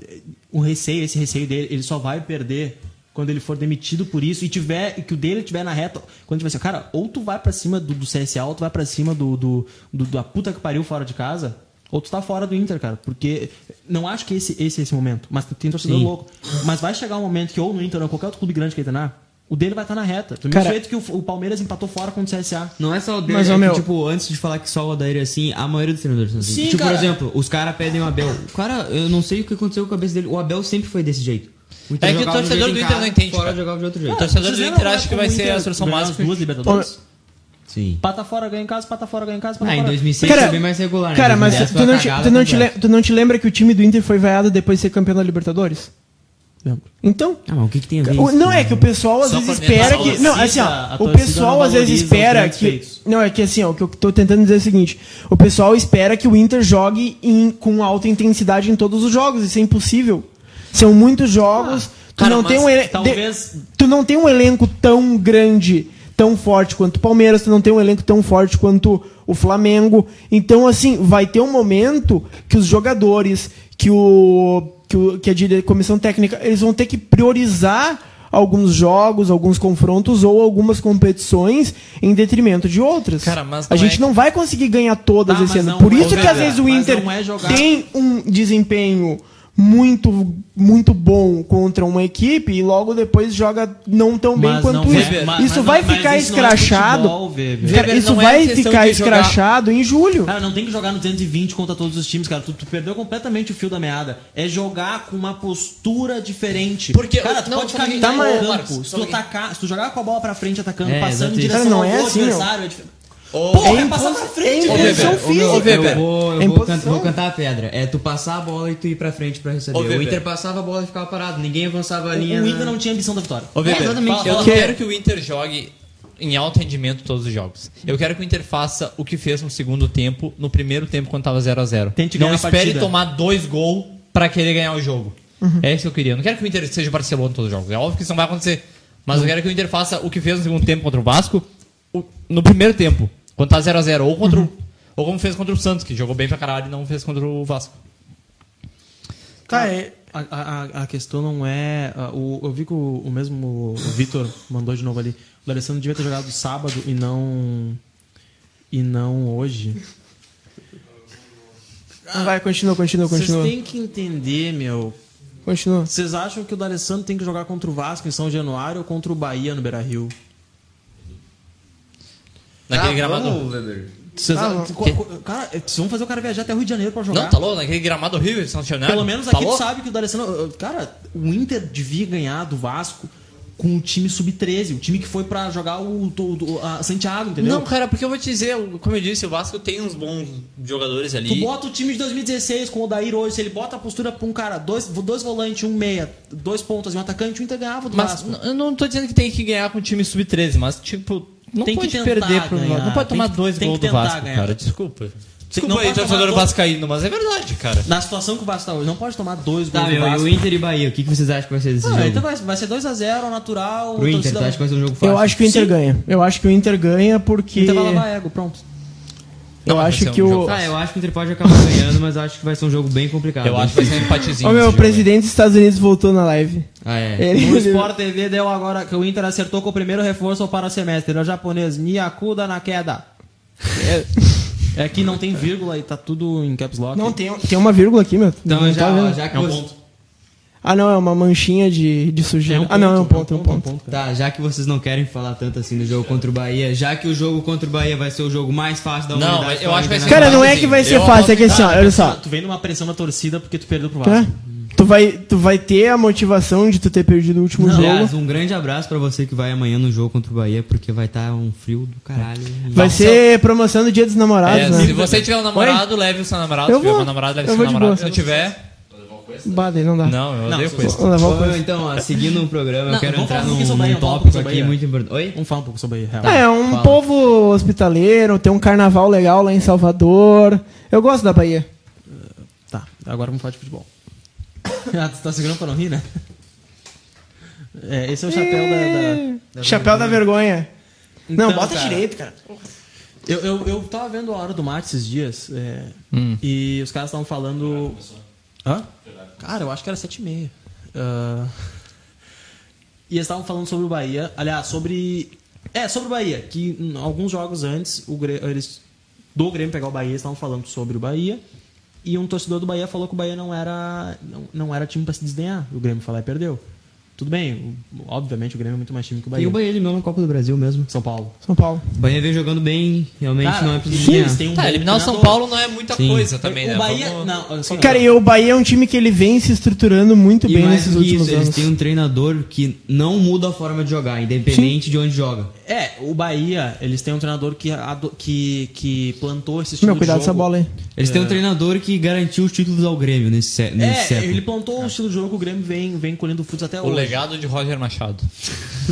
Speaker 3: o receio, esse receio dele, ele só vai perder quando ele for demitido por isso e tiver e que o dele tiver na reta. Quando tiver assim, cara, ou tu vai pra cima do, do CSA, ou tu vai pra cima do, do, do- da puta que pariu fora de casa. Ou tu tá fora do Inter, cara. Porque. Não acho que esse, esse é esse momento. Mas tem torcedor
Speaker 4: Sim.
Speaker 3: louco. Mas vai chegar um momento que, ou no Inter, ou em qualquer outro clube grande que ele treinar, o dele vai estar na reta. Do mesmo
Speaker 1: Cara,
Speaker 3: jeito que o, o Palmeiras empatou fora contra o CSA.
Speaker 4: Não é só o Odair,
Speaker 1: Mas,
Speaker 4: é
Speaker 1: ô,
Speaker 4: que,
Speaker 1: meu-
Speaker 4: tipo, antes de falar que só o Odair é assim, a maioria dos treinadores são assim.
Speaker 3: Sim,
Speaker 4: tipo,
Speaker 3: cara.
Speaker 4: por exemplo, os caras pedem o Abel. O Cara, eu não sei o que aconteceu com a cabeça dele. O Abel sempre foi desse jeito. Inter
Speaker 2: É que o
Speaker 4: jogava de um
Speaker 2: torcedor
Speaker 4: jeito
Speaker 2: do
Speaker 4: em
Speaker 2: Inter
Speaker 4: casa,
Speaker 2: não entende,
Speaker 4: Fora
Speaker 2: cara.
Speaker 4: jogava de outro
Speaker 2: O
Speaker 4: jeito.
Speaker 2: torcedor
Speaker 3: Vocês
Speaker 2: do
Speaker 3: viram
Speaker 2: Inter
Speaker 3: é como
Speaker 2: acha que
Speaker 3: o
Speaker 2: vai ser
Speaker 3: Inter
Speaker 2: a solução
Speaker 3: ganhou as
Speaker 2: mágica.
Speaker 3: Duas Libertadores.
Speaker 4: Sim.
Speaker 3: Pata fora ganha em casa, pata fora ganha em casa, pata
Speaker 4: Ah, em
Speaker 3: fora.
Speaker 4: 2006
Speaker 1: Cara,
Speaker 4: foi bem mais regular. né?
Speaker 1: Cara, mas
Speaker 4: 2010
Speaker 1: tu
Speaker 4: foi
Speaker 1: não,
Speaker 4: uma
Speaker 1: te,
Speaker 4: cagada
Speaker 1: tu, não te,
Speaker 4: completa.
Speaker 1: lem- tu não te lembra que o time do Inter foi vaiado depois de ser campeão da Libertadores?
Speaker 3: Lembro.
Speaker 1: Então.
Speaker 4: Ah, mas o que, que tem a ver
Speaker 1: O-
Speaker 4: isso?
Speaker 1: não, é que o pessoal às
Speaker 2: Só
Speaker 1: vezes
Speaker 2: pra
Speaker 1: espera
Speaker 2: lembrar,
Speaker 1: que.
Speaker 2: a
Speaker 1: Não,
Speaker 3: torcida-
Speaker 1: assim,
Speaker 3: a
Speaker 1: ó. O
Speaker 3: torcida
Speaker 1: pessoal
Speaker 3: não
Speaker 1: às vezes
Speaker 3: valoriza os
Speaker 1: espera
Speaker 3: grandes
Speaker 1: que.
Speaker 3: feitos.
Speaker 1: Não, é que assim, ó. O que eu tô tentando dizer é o seguinte: o pessoal espera que o Inter jogue em- com alta intensidade em todos os jogos. Isso é impossível. São muitos jogos. tu,
Speaker 2: cara,
Speaker 1: não tem
Speaker 2: mas
Speaker 1: um ele-
Speaker 3: talvez-
Speaker 1: de- tu não tem um elenco tão grande, tão forte quanto o Palmeiras. Tu não tem um elenco tão forte quanto o Flamengo. Então, assim, vai ter um momento que os jogadores, que o. Que, o, que a dire- comissão técnica, eles vão ter que priorizar alguns jogos, alguns confrontos ou algumas competições em detrimento de outras.
Speaker 2: Cara, mas
Speaker 1: a
Speaker 2: não
Speaker 1: gente
Speaker 2: é-
Speaker 1: não vai conseguir ganhar todas
Speaker 3: Tá,
Speaker 1: esse
Speaker 3: mas
Speaker 1: ano.
Speaker 3: não
Speaker 1: Por
Speaker 3: é
Speaker 1: isso que às
Speaker 3: jogar,
Speaker 1: vezes o
Speaker 3: mas
Speaker 1: Inter
Speaker 3: não é jogar.
Speaker 1: tem um desempenho muito, muito bom contra uma equipe e logo depois joga não tão bem
Speaker 3: Mas
Speaker 1: quanto
Speaker 3: não-
Speaker 1: isso.
Speaker 3: Weber, mas-
Speaker 1: isso
Speaker 3: mas
Speaker 1: vai
Speaker 3: não- mas
Speaker 1: ficar
Speaker 3: isso não é
Speaker 1: escrachado.
Speaker 3: futebol, Weber.
Speaker 1: Cara,
Speaker 2: Weber,
Speaker 1: isso
Speaker 2: não é
Speaker 1: vai
Speaker 2: questão
Speaker 1: ficar
Speaker 2: de jogar-
Speaker 1: escrachado em julho.
Speaker 3: Cara, não tem que jogar no 220 contra todos os times, cara. Tu, tu perdeu completamente o fio da meada. É jogar com uma postura diferente.
Speaker 2: Porque-
Speaker 3: cara, tu
Speaker 2: não,
Speaker 3: pode
Speaker 2: só pra quem-
Speaker 3: caminhar
Speaker 2: Tá, mas-
Speaker 3: no
Speaker 2: Marcos,
Speaker 3: campo. Se
Speaker 2: só
Speaker 3: tu,
Speaker 2: pra quem-
Speaker 3: atacar, se tu jogar com a bola pra frente atacando,
Speaker 4: É,
Speaker 3: passando
Speaker 4: exato
Speaker 3: em
Speaker 4: isso.
Speaker 3: direção
Speaker 1: Cara, não
Speaker 3: ao
Speaker 1: é
Speaker 3: gol
Speaker 1: assim, ó.
Speaker 3: adversário. É dif- Porra, é passar pra frente,
Speaker 1: é
Speaker 3: velho.
Speaker 1: imposição
Speaker 2: Weber,
Speaker 1: física.
Speaker 2: ô, Weber,
Speaker 4: Eu vou, eu
Speaker 1: É
Speaker 4: vou,
Speaker 1: imposição.
Speaker 4: can- vou cantar a pedra. É tu passar a bola e tu ir pra frente pra receber.
Speaker 2: Ô,
Speaker 4: o
Speaker 2: Weber.
Speaker 4: Inter passava a bola e ficava parado. Ninguém avançava a
Speaker 1: É
Speaker 4: linha.
Speaker 3: O
Speaker 4: na-
Speaker 3: Inter não tinha ambição da vitória.
Speaker 2: Ô, Weber,
Speaker 4: É, exatamente.
Speaker 2: fala- eu não
Speaker 1: Que-
Speaker 2: quero que o Inter jogue em alto rendimento todos os jogos. Eu quero que o Inter faça o que fez no segundo tempo, no primeiro tempo quando tava 0 a 0
Speaker 3: Tente
Speaker 2: Não
Speaker 3: ganhar a
Speaker 2: espere
Speaker 3: partida. Uhum.
Speaker 2: tomar dois gols pra querer ganhar o jogo. É isso que eu queria. Eu não quero que o Inter seja o Barcelona em todos os jogos. É óbvio que isso não vai acontecer. Mas
Speaker 3: Uhum.
Speaker 2: eu quero que o Inter faça o que fez no segundo tempo contra o Vasco, o- no primeiro tempo, quando tá 0 a 0 ou
Speaker 3: Uhum.
Speaker 2: contra o, ou como fez contra o Santos, que jogou bem pra caralho e não fez contra o Vasco.
Speaker 1: Tá, é-
Speaker 3: A, a- a- a questão não é. a- o, eu vi que o, o mesmo o Vitor mandou de novo ali. O Alessandro devia ter jogado sábado e não. E não hoje.
Speaker 1: Vai, continua, continua,
Speaker 3: ah. Vocês
Speaker 1: continua.
Speaker 3: têm que entender, meu.
Speaker 1: Continua.
Speaker 3: Vocês acham que o D'Alessandro tem que jogar contra o Vasco em São Januário ou contra o Bahia no Beira Rio?
Speaker 2: Naquele
Speaker 4: Ah,
Speaker 2: gramado.
Speaker 4: vamos, Weber.
Speaker 3: Vocês
Speaker 1: Ah,
Speaker 3: a-
Speaker 1: não.
Speaker 3: co- co- Cara, vocês vão fazer o cara viajar até o Rio de Janeiro pra jogar.
Speaker 2: Não, tá louco? né? Tá Naquele gramado horrível, sancionado.
Speaker 3: Pelo menos aqui tu sabe que o D'Alessandro. Cara, o Inter devia ganhar do Vasco com o time sub-13, o time que foi pra jogar o, o- o- a Santiago, entendeu?
Speaker 2: Não, cara, porque eu vou te dizer, o- como eu disse, o Vasco tem uns bons jogadores ali.
Speaker 3: Tu bota o time de 2016 com o Odair hoje, se ele bota a postura pra um cara, dois, dois volantes, um meia, dois pontas e um atacante, o Inter ganhava do
Speaker 2: mas
Speaker 3: Vasco.
Speaker 2: n- eu não tô dizendo que tem que ganhar com o time sub-13, mas tipo, não
Speaker 3: Tem que
Speaker 2: pode
Speaker 3: tentar
Speaker 2: perder pro
Speaker 3: ganhar,
Speaker 2: Não pode
Speaker 3: tem
Speaker 2: tomar
Speaker 3: que-
Speaker 2: dois
Speaker 3: tem
Speaker 2: gols
Speaker 3: que
Speaker 2: do
Speaker 3: tentar
Speaker 2: Vasco,
Speaker 3: ganhar.
Speaker 2: cara. Desculpa. Desculpa
Speaker 3: não
Speaker 2: aí,
Speaker 3: pode tomar
Speaker 2: torcedor
Speaker 3: dois-
Speaker 2: vascaíno, mas é verdade, cara.
Speaker 3: Na situação que o Vasco tá hoje, não pode tomar dois gols
Speaker 4: Tá,
Speaker 3: do
Speaker 4: meu, e
Speaker 3: Vasco.
Speaker 4: o Inter e Bahia, o que, que vocês acham que vai ser desse
Speaker 3: Ah,
Speaker 4: jogo?
Speaker 3: então vai, vai ser 2x0 natural.
Speaker 4: Pro Inter,
Speaker 3: torcida-
Speaker 4: tu acha que vai ser um jogo fácil?
Speaker 1: Eu acho que o Inter
Speaker 3: Sim.
Speaker 1: ganha. Eu acho que o Inter ganha porque.
Speaker 3: Inter vai lavar ego, pronto.
Speaker 1: eu
Speaker 2: vai
Speaker 1: acho
Speaker 2: ser
Speaker 3: um
Speaker 1: que o-
Speaker 2: jogo
Speaker 4: Ah,
Speaker 2: fácil.
Speaker 4: eu acho que o Inter pode acabar ganhando, mas eu acho que vai ser um jogo bem complicado.
Speaker 2: Eu acho que vai ser um empatezinho.
Speaker 1: Ô, meu,
Speaker 2: esse
Speaker 1: o
Speaker 2: jogo,
Speaker 1: presidente dos Estados Unidos voltou na live.
Speaker 4: Ah, é.
Speaker 1: Ele-
Speaker 3: O Sport TV deu agora que o Inter acertou com o primeiro reforço para o semestre. É o japonês Miyakuda na queda. É, é que não tem vírgula e tá tudo em caps lock.
Speaker 1: Não, tem, tem uma vírgula aqui, meu.
Speaker 4: Então
Speaker 1: Não
Speaker 4: já,
Speaker 1: tá
Speaker 4: ó,
Speaker 1: vendo?
Speaker 4: já que
Speaker 2: É um
Speaker 4: vocês-
Speaker 2: ponto.
Speaker 1: Ah, não, é uma manchinha de, de sujeira. ah, não, é um ponto, é um ponto.
Speaker 4: Tá, já que vocês não querem falar tanto assim do jogo contra o Bahia, já que o jogo contra o Bahia vai ser o jogo mais fácil da
Speaker 2: Não,
Speaker 4: humanidade.
Speaker 2: mas eu acho que vai ser
Speaker 1: Cara, não é que vai ser
Speaker 2: Eu
Speaker 1: fácil, é
Speaker 2: aposto-
Speaker 1: que assim, ó, olha só.
Speaker 3: Tu vem numa pressão da torcida porque tu perdeu pro
Speaker 1: Tá?
Speaker 3: Vasco.
Speaker 1: Tu vai, tu vai ter a motivação de tu ter perdido o último
Speaker 4: Aliás,
Speaker 1: jogo.
Speaker 4: um grande abraço pra você que vai amanhã no jogo contra o Bahia, porque vai estar um frio do caralho.
Speaker 1: Vai ser promoção do Dia dos Namorados,
Speaker 2: É,
Speaker 1: né?
Speaker 2: se você tiver um namorado, leve o seu namorado.
Speaker 1: Eu
Speaker 2: se tiver
Speaker 1: vou.
Speaker 2: um namorado, leve
Speaker 1: Eu
Speaker 2: o seu
Speaker 1: vou de boa.
Speaker 2: namorado. Se não tiver.
Speaker 1: Bada, não dá.
Speaker 2: Não, eu odeio
Speaker 3: se
Speaker 2: coisa.
Speaker 1: Vamos levar o
Speaker 4: Ô,
Speaker 1: coisa.
Speaker 4: então, ó, seguindo o programa,
Speaker 3: Não,
Speaker 4: eu quero
Speaker 3: vamos
Speaker 4: entrar
Speaker 3: falar um
Speaker 4: num,
Speaker 3: pouquinho sobre
Speaker 4: num
Speaker 3: Bahia, vamos
Speaker 4: tópico
Speaker 3: falar um pouquinho sobre
Speaker 4: aqui
Speaker 3: Bahia.
Speaker 4: muito importante. Oi?
Speaker 3: Vamos falar um pouco sobre ele.
Speaker 1: Ah, é um
Speaker 4: fala.
Speaker 1: povo hospitaleiro, tem um carnaval legal lá em Salvador. Eu gosto da Bahia.
Speaker 3: Tá, agora vamos falar de futebol. ah, tu tá segurando pra não rir, né? É, esse é o chapéu da- da...
Speaker 1: Chapéu da vergonha.
Speaker 3: Então,
Speaker 1: não, bota
Speaker 3: cara.
Speaker 1: direito, cara.
Speaker 3: Eu, eu, eu tava vendo a hora do mate esses dias é, e os caras estavam falando. Hã? Cara, eu acho que era 7 e meia. Ah, e eles estavam falando sobre o Bahia. Aliás, sobre. É, sobre o Bahia. Que hum, alguns jogos antes, o Grê- eles do Grêmio pegar o Bahia, eles estavam falando sobre o Bahia. E um torcedor do Bahia falou que o Bahia não era, não, não era time pra se desdenhar. O Grêmio falou e perdeu. Tudo bem, o- obviamente o Grêmio é muito mais time que
Speaker 4: E
Speaker 3: o Bahia.
Speaker 4: o Bahia eliminou na Copa do Brasil mesmo.
Speaker 3: São Paulo.
Speaker 1: São Paulo.
Speaker 4: O Bahia vem jogando bem, realmente
Speaker 3: Cara,
Speaker 4: não é preciso
Speaker 3: eles
Speaker 4: ganhar.
Speaker 3: têm um
Speaker 2: Tá,
Speaker 3: bom
Speaker 2: eliminar o São
Speaker 3: treinador.
Speaker 2: Paulo não é muita
Speaker 4: Sim.
Speaker 2: coisa também,
Speaker 3: o
Speaker 2: né?
Speaker 3: Bahia,
Speaker 2: Vamos-
Speaker 3: não, assim,
Speaker 1: Cara, e o Bahia é um time que ele vem se estruturando muito
Speaker 4: E
Speaker 1: bem
Speaker 4: mais
Speaker 1: nesses
Speaker 4: do que
Speaker 1: últimos
Speaker 4: isso, eles
Speaker 1: anos.
Speaker 4: têm um treinador que não muda a forma de jogar, independente de onde joga.
Speaker 3: É, o Bahia, eles têm um treinador que, ado- que, que plantou esse estilo
Speaker 1: Meu, cuidado
Speaker 3: de
Speaker 1: dessa
Speaker 3: jogo.
Speaker 1: bola aí.
Speaker 4: Eles têm um treinador que garantiu os títulos ao Grêmio nesse, sé- nesse
Speaker 3: É,
Speaker 4: século.
Speaker 3: ele plantou o estilo de jogo que o Grêmio vem, vem colhendo frutos até
Speaker 2: Ah. O
Speaker 3: hoje.
Speaker 2: legado de Roger Machado.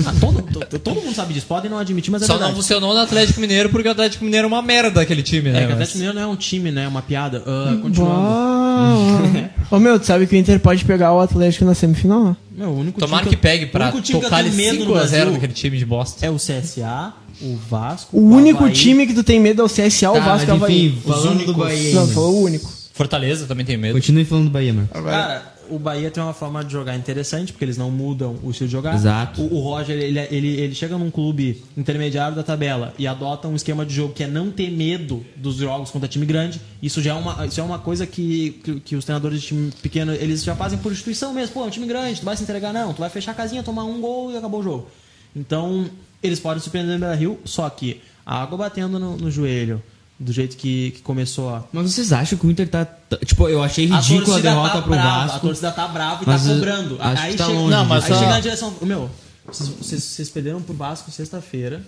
Speaker 3: Ah, todo, to- todo mundo sabe disso, podem não admitir, mas é
Speaker 2: Só não
Speaker 3: verdade.
Speaker 2: funcionou no Atlético Mineiro porque o Atlético Mineiro é uma merda aquele time, né?
Speaker 3: É, que o
Speaker 2: mas-
Speaker 3: Atlético Mineiro não é um time, né? É uma piada. Ah, continuando.
Speaker 1: Uau. Ô meu, tu sabe que o Inter pode pegar o Atlético na semifinal? né?
Speaker 3: Meu, o único
Speaker 2: Tomara
Speaker 3: time
Speaker 2: que
Speaker 3: eu-
Speaker 2: pegue
Speaker 3: o
Speaker 2: pra
Speaker 3: único time que eu
Speaker 2: tocar ele
Speaker 3: tenho medo no
Speaker 2: 5x0
Speaker 3: Brasil
Speaker 2: naquele time de bosta.
Speaker 3: É o CSA, o Vasco.
Speaker 1: O único
Speaker 3: Havaí.
Speaker 1: time que tu tem medo é o CSA, o
Speaker 4: Tá,
Speaker 1: Vasco e o
Speaker 4: mas enfim,
Speaker 1: Havaí.
Speaker 4: falando do Bahia.
Speaker 1: Não,
Speaker 4: ainda.
Speaker 1: falou o único.
Speaker 2: Fortaleza também tem medo.
Speaker 4: Continue falando do Bahia, mano.
Speaker 3: Cara, o Bahia tem uma forma de jogar interessante, porque eles não mudam o estilo de jogar.
Speaker 4: Exato.
Speaker 3: O, o Roger, ele, é, ele, ele chega num clube intermediário da tabela e adota um esquema de jogo que é não ter medo dos jogos contra time grande. Isso já é uma, isso é uma coisa que, que, que os treinadores de time pequeno, eles já fazem por instituição mesmo. Pô, é um time grande, tu vai se entregar não, tu vai fechar a casinha, tomar um gol e acabou o jogo. Então, eles podem surpreender o Beira Rio, só que a água batendo no, no joelho, do jeito que, que começou, ó.
Speaker 4: Mas vocês acham que o Inter tá. tá- Tipo, eu achei ridículo a,
Speaker 3: torcida
Speaker 4: derrota
Speaker 3: tá
Speaker 4: pro
Speaker 3: brava, A
Speaker 4: Vasco.
Speaker 3: torcida tá brava e
Speaker 4: mas
Speaker 3: tá
Speaker 4: eu
Speaker 3: cobrando.
Speaker 4: acho
Speaker 3: aí
Speaker 4: que tá
Speaker 3: chega,
Speaker 4: longe
Speaker 2: Não, mas
Speaker 3: aí
Speaker 2: só-
Speaker 3: chega na direção. Meu, vocês, vocês, vocês perderam pro Vasco sexta-feira.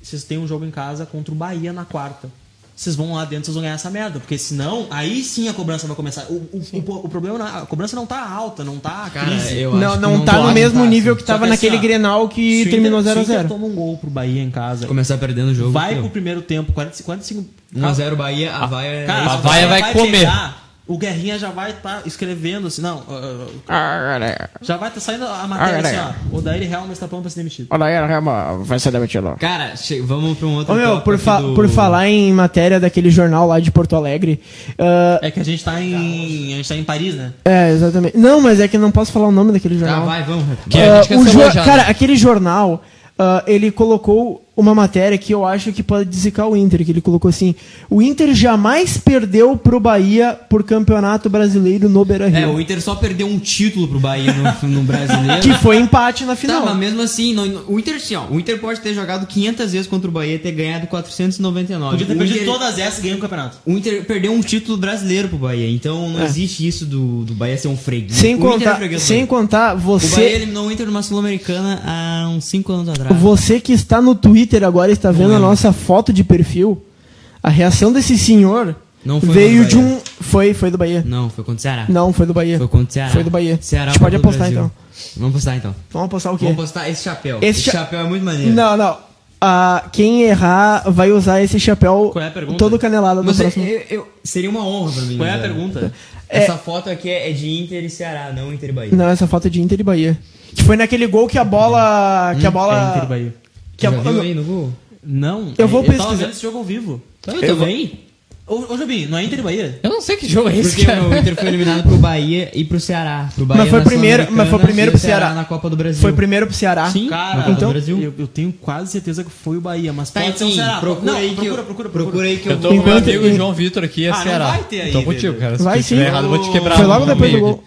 Speaker 3: Vocês têm um jogo em casa contra o Bahia na quarta. Vocês vão lá dentro, vocês vão ganhar essa merda. Porque senão, aí sim a cobrança vai começar. O, o, o- o problema, não- a cobrança não tá alta, não tá
Speaker 4: Cara,
Speaker 3: crise.
Speaker 4: eu
Speaker 1: Não,
Speaker 4: acho que
Speaker 1: não, tá no
Speaker 4: pode
Speaker 1: mesmo
Speaker 4: tá,
Speaker 1: nível
Speaker 4: assim.
Speaker 1: que tava
Speaker 3: que assim,
Speaker 1: naquele
Speaker 3: ó,
Speaker 1: Grenal que
Speaker 3: Se o
Speaker 1: terminou
Speaker 3: Inter- se o Inter
Speaker 1: 0x0.
Speaker 3: toma um gol pro Bahia em casa.
Speaker 4: Começar perdendo o jogo.
Speaker 3: vai pro primeiro tempo, 45, 45
Speaker 4: 1x0 Bahia, a é vai.
Speaker 3: Ah, Cara,
Speaker 2: A
Speaker 3: se
Speaker 2: vaia
Speaker 3: você
Speaker 2: vai comer.
Speaker 3: pegar, o Guerrinha já vai estar escrevendo assim, não. ah, ah, já vai estar saindo a matéria
Speaker 5: Ah,
Speaker 3: assim, ó. O Daíri Helma está pronto para ser demitido.
Speaker 5: Olha aí, Rama, vai ser demitido.
Speaker 4: Cara, che- vamos pra um outro.
Speaker 1: Ô, meu,
Speaker 4: tópico
Speaker 1: por, fa-
Speaker 4: do-
Speaker 1: por falar em matéria daquele jornal lá de Porto Alegre. ah,
Speaker 3: É que a gente tá em. A gente tá em Paris, né?
Speaker 1: é, exatamente. Não, mas é que não posso falar o nome daquele
Speaker 4: Tá,
Speaker 1: jornal.
Speaker 4: vai, vamos.
Speaker 2: Que
Speaker 1: Ah,
Speaker 2: a gente
Speaker 1: o
Speaker 2: cancelou
Speaker 1: jor-
Speaker 2: já,
Speaker 1: Cara,
Speaker 2: né?
Speaker 1: aquele jornal, ah, ele colocou uma matéria que eu acho que pode zicar o Inter, que ele colocou assim: o Inter jamais perdeu pro Bahia por campeonato brasileiro no Beira
Speaker 4: É, o
Speaker 1: Rio.
Speaker 4: Inter só perdeu um título pro Bahia no, no brasileiro.
Speaker 1: que foi empate na
Speaker 4: Tá,
Speaker 1: final.
Speaker 4: mas mesmo assim, não- o Inter, assim, ó, o Inter pode ter jogado 500 vezes contra o Bahia e ter ganhado 499.
Speaker 3: Podia ter
Speaker 4: o,
Speaker 3: perdido
Speaker 4: Inter,
Speaker 3: todas essas e ganhou o campeonato.
Speaker 4: o Inter perdeu um título brasileiro pro Bahia, então não
Speaker 1: É.
Speaker 4: existe isso do, do Bahia ser um freguês.
Speaker 1: sem
Speaker 4: O Inter é
Speaker 1: contar,
Speaker 4: freguês do
Speaker 1: sem
Speaker 4: Bahia.
Speaker 1: contar
Speaker 4: O Bahia
Speaker 1: você,
Speaker 4: eliminou o Inter numa Sul-Americana há uns 5 anos atrás.
Speaker 1: você que está no Twitter agora está vendo
Speaker 4: é.
Speaker 1: a nossa foto de perfil. A reação desse senhor
Speaker 4: Não foi
Speaker 1: veio
Speaker 4: do
Speaker 1: de
Speaker 4: Bahia.
Speaker 1: um foi foi do Bahia.
Speaker 4: Não, foi contra o Ceará.
Speaker 1: Não, foi do Bahia.
Speaker 4: Foi contra o Ceará.
Speaker 1: Foi do Bahia.
Speaker 4: Ceará
Speaker 1: A gente pode
Speaker 4: contra o
Speaker 1: apostar
Speaker 4: Brasil.
Speaker 1: então.
Speaker 4: Vamos apostar então.
Speaker 1: Vamos apostar o quê?
Speaker 4: Vamos apostar esse chapéu.
Speaker 1: Esse
Speaker 4: Esse,
Speaker 1: cha-
Speaker 4: chapéu é muito maneiro.
Speaker 1: Não, não. Ah, quem errar vai usar esse chapéu
Speaker 3: Qual é a pergunta?
Speaker 1: todo canelado no
Speaker 4: Mas eu-
Speaker 1: próximo.
Speaker 4: eu- eu- seria uma honra pra mim.
Speaker 3: Qual é a
Speaker 4: cara.
Speaker 3: pergunta?
Speaker 4: Essa foto aqui é é de Inter e Ceará, não Inter e Bahia.
Speaker 1: Não, essa falta de Inter e Bahia. Que foi naquele gol que a bola. Que a bola.
Speaker 3: É Inter e Bahia.
Speaker 1: Que a
Speaker 4: Já viu
Speaker 1: bola
Speaker 4: aí no Google?
Speaker 3: Não.
Speaker 1: Eu vou
Speaker 3: Eu tava
Speaker 1: pesquisar.
Speaker 3: vendo esse jogo ao vivo.
Speaker 1: Tá,
Speaker 4: Eu vou-
Speaker 3: Ô, ô Jobim, não é Inter e Bahia?
Speaker 2: Eu não sei que jogo é esse,
Speaker 4: Porque
Speaker 2: cara.
Speaker 4: o Inter foi eliminado pro Bahia e pro Ceará. Pro Bahia
Speaker 1: Mas foi
Speaker 4: na
Speaker 1: primeiro-
Speaker 4: Sul-Americana
Speaker 1: mas foi primeiro
Speaker 4: e
Speaker 1: pro
Speaker 4: o Ceará
Speaker 1: Ceará.
Speaker 4: na Copa do Brasil.
Speaker 1: foi primeiro pro Ceará.
Speaker 4: Sim, na
Speaker 3: Cara,
Speaker 4: Copa do
Speaker 1: então-
Speaker 4: Brasil.
Speaker 3: eu, eu tenho quase certeza que foi o Bahia, mas
Speaker 4: Tá,
Speaker 3: pode ser o
Speaker 4: enfim,
Speaker 3: Então, Ceará.
Speaker 4: procura
Speaker 3: não,
Speaker 4: aí que
Speaker 3: procura,
Speaker 4: eu,
Speaker 3: procura,
Speaker 4: procura aí que eu
Speaker 2: Eu tô
Speaker 4: vou...
Speaker 2: com meu
Speaker 1: Enquanto-
Speaker 2: amigo João Vitor aqui, é
Speaker 3: Ah, não
Speaker 2: Ceará.
Speaker 3: vai ter aí,
Speaker 2: tô contigo,
Speaker 3: Dedê.
Speaker 2: cara. Se
Speaker 1: Vai
Speaker 2: tu
Speaker 1: sim.
Speaker 2: tiver errado, eu vou te quebrar.
Speaker 1: Foi logo
Speaker 2: no
Speaker 1: depois do
Speaker 2: meio
Speaker 1: gol.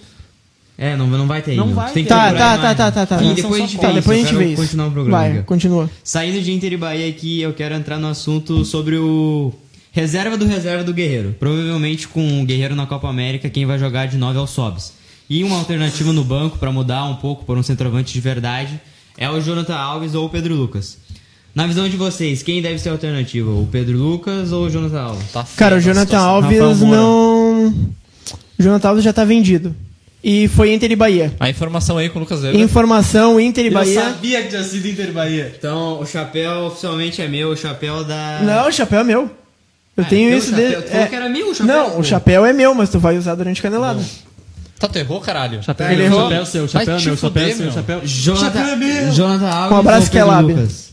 Speaker 4: É, não, não vai ter
Speaker 3: Não
Speaker 4: ainda.
Speaker 3: vai
Speaker 4: Tem que
Speaker 3: ter.
Speaker 1: Tá,
Speaker 4: procurar
Speaker 1: tá,
Speaker 4: mais.
Speaker 1: tá, tá, tá, tá.
Speaker 4: E depois a gente
Speaker 1: Tá,
Speaker 4: vê
Speaker 1: depois a
Speaker 4: isso,
Speaker 1: gente
Speaker 4: eu
Speaker 1: vê
Speaker 4: quero
Speaker 1: isso.
Speaker 4: continuar o programa.
Speaker 1: Vai,
Speaker 4: Miguel.
Speaker 1: continua.
Speaker 4: Saindo de Inter e Bahia aqui, eu quero entrar no assunto sobre o reserva do reserva do Guerreiro. Provavelmente com o Guerreiro na Copa América, quem vai jogar de 9 é o Sobs. E uma alternativa no banco para mudar um pouco por um centroavante de verdade é o Jonathan Alves ou o Pedro Lucas. Na visão de vocês, quem deve ser a alternativa? O Pedro Lucas ou o Jonathan Alves?
Speaker 2: Tá feio
Speaker 1: Cara, o
Speaker 2: essa
Speaker 1: Jonathan
Speaker 2: situação.
Speaker 1: Alves
Speaker 3: Rafael Moura.
Speaker 1: não. O Jonathan Alves já tá vendido. E foi Inter e Bahia.
Speaker 2: A informação aí com o Lucas Weber.
Speaker 1: Informação, Inter e Bahia.
Speaker 3: sabia que tinha sido Inter e Bahia.
Speaker 4: Então, o chapéu oficialmente é meu, o chapéu da...
Speaker 1: Não, o chapéu é meu. Eu
Speaker 4: Ah,
Speaker 1: tenho
Speaker 4: então
Speaker 1: isso
Speaker 4: o chapéu-
Speaker 1: dele. É.
Speaker 4: tu falou que era meu o chapéu,
Speaker 1: Não,
Speaker 4: pô.
Speaker 1: o chapéu é meu, mas tu vai usar durante canelada.
Speaker 2: Tá, tu errou, caralho.
Speaker 3: Chapéu,
Speaker 1: Ele
Speaker 3: meu,
Speaker 1: errou.
Speaker 3: chapéu seu,
Speaker 2: Vai
Speaker 3: chapéu
Speaker 2: te
Speaker 3: meu, chapéu
Speaker 2: fuder,
Speaker 3: seu,
Speaker 2: meu.
Speaker 3: chapéu.
Speaker 4: Jonathan,
Speaker 3: Chapéu é meu.
Speaker 4: Jonathan Alves
Speaker 1: Um abraço,
Speaker 4: ou Pedro
Speaker 1: Kelab.
Speaker 4: Lucas?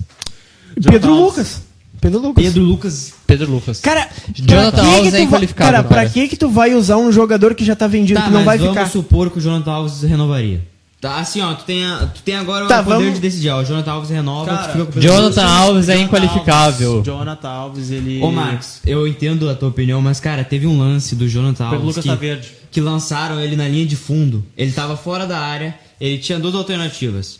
Speaker 1: Pedro
Speaker 3: Alves.
Speaker 1: Lucas. Pedro Lucas.
Speaker 4: Pedro Lucas
Speaker 2: Pedro Lucas.
Speaker 1: Cara,
Speaker 2: Jonathan
Speaker 1: pra que
Speaker 2: Alves
Speaker 1: que tu
Speaker 2: é
Speaker 1: vai-
Speaker 2: inqualificado,
Speaker 1: Cara, pra
Speaker 2: cara.
Speaker 1: que que tu vai usar um jogador que já tá vendido,
Speaker 4: Tá,
Speaker 1: que não
Speaker 4: mas
Speaker 1: vai
Speaker 4: vamos
Speaker 1: ficar?
Speaker 4: supor que o Jonathan Alves renovaria. Tá, assim, ó, tu tem, a- tu tem agora
Speaker 1: Tá,
Speaker 4: o poder
Speaker 1: vamos-
Speaker 4: de decidir, ó. O Jonathan Alves renova,
Speaker 3: Cara,
Speaker 4: tu fica com o Pedro
Speaker 2: Jonathan Alves é
Speaker 3: Jonathan
Speaker 2: inqualificável.
Speaker 3: Alves, Jonathan Alves, ele.
Speaker 4: Lucas. Ô, Max, eu entendo a tua opinião, mas, cara, teve um lance do Jonathan
Speaker 3: Pedro
Speaker 4: Alves
Speaker 3: Lucas
Speaker 4: que,
Speaker 3: tá verde.
Speaker 4: que lançaram ele na linha de fundo. Ele tava fora da área, ele tinha duas alternativas.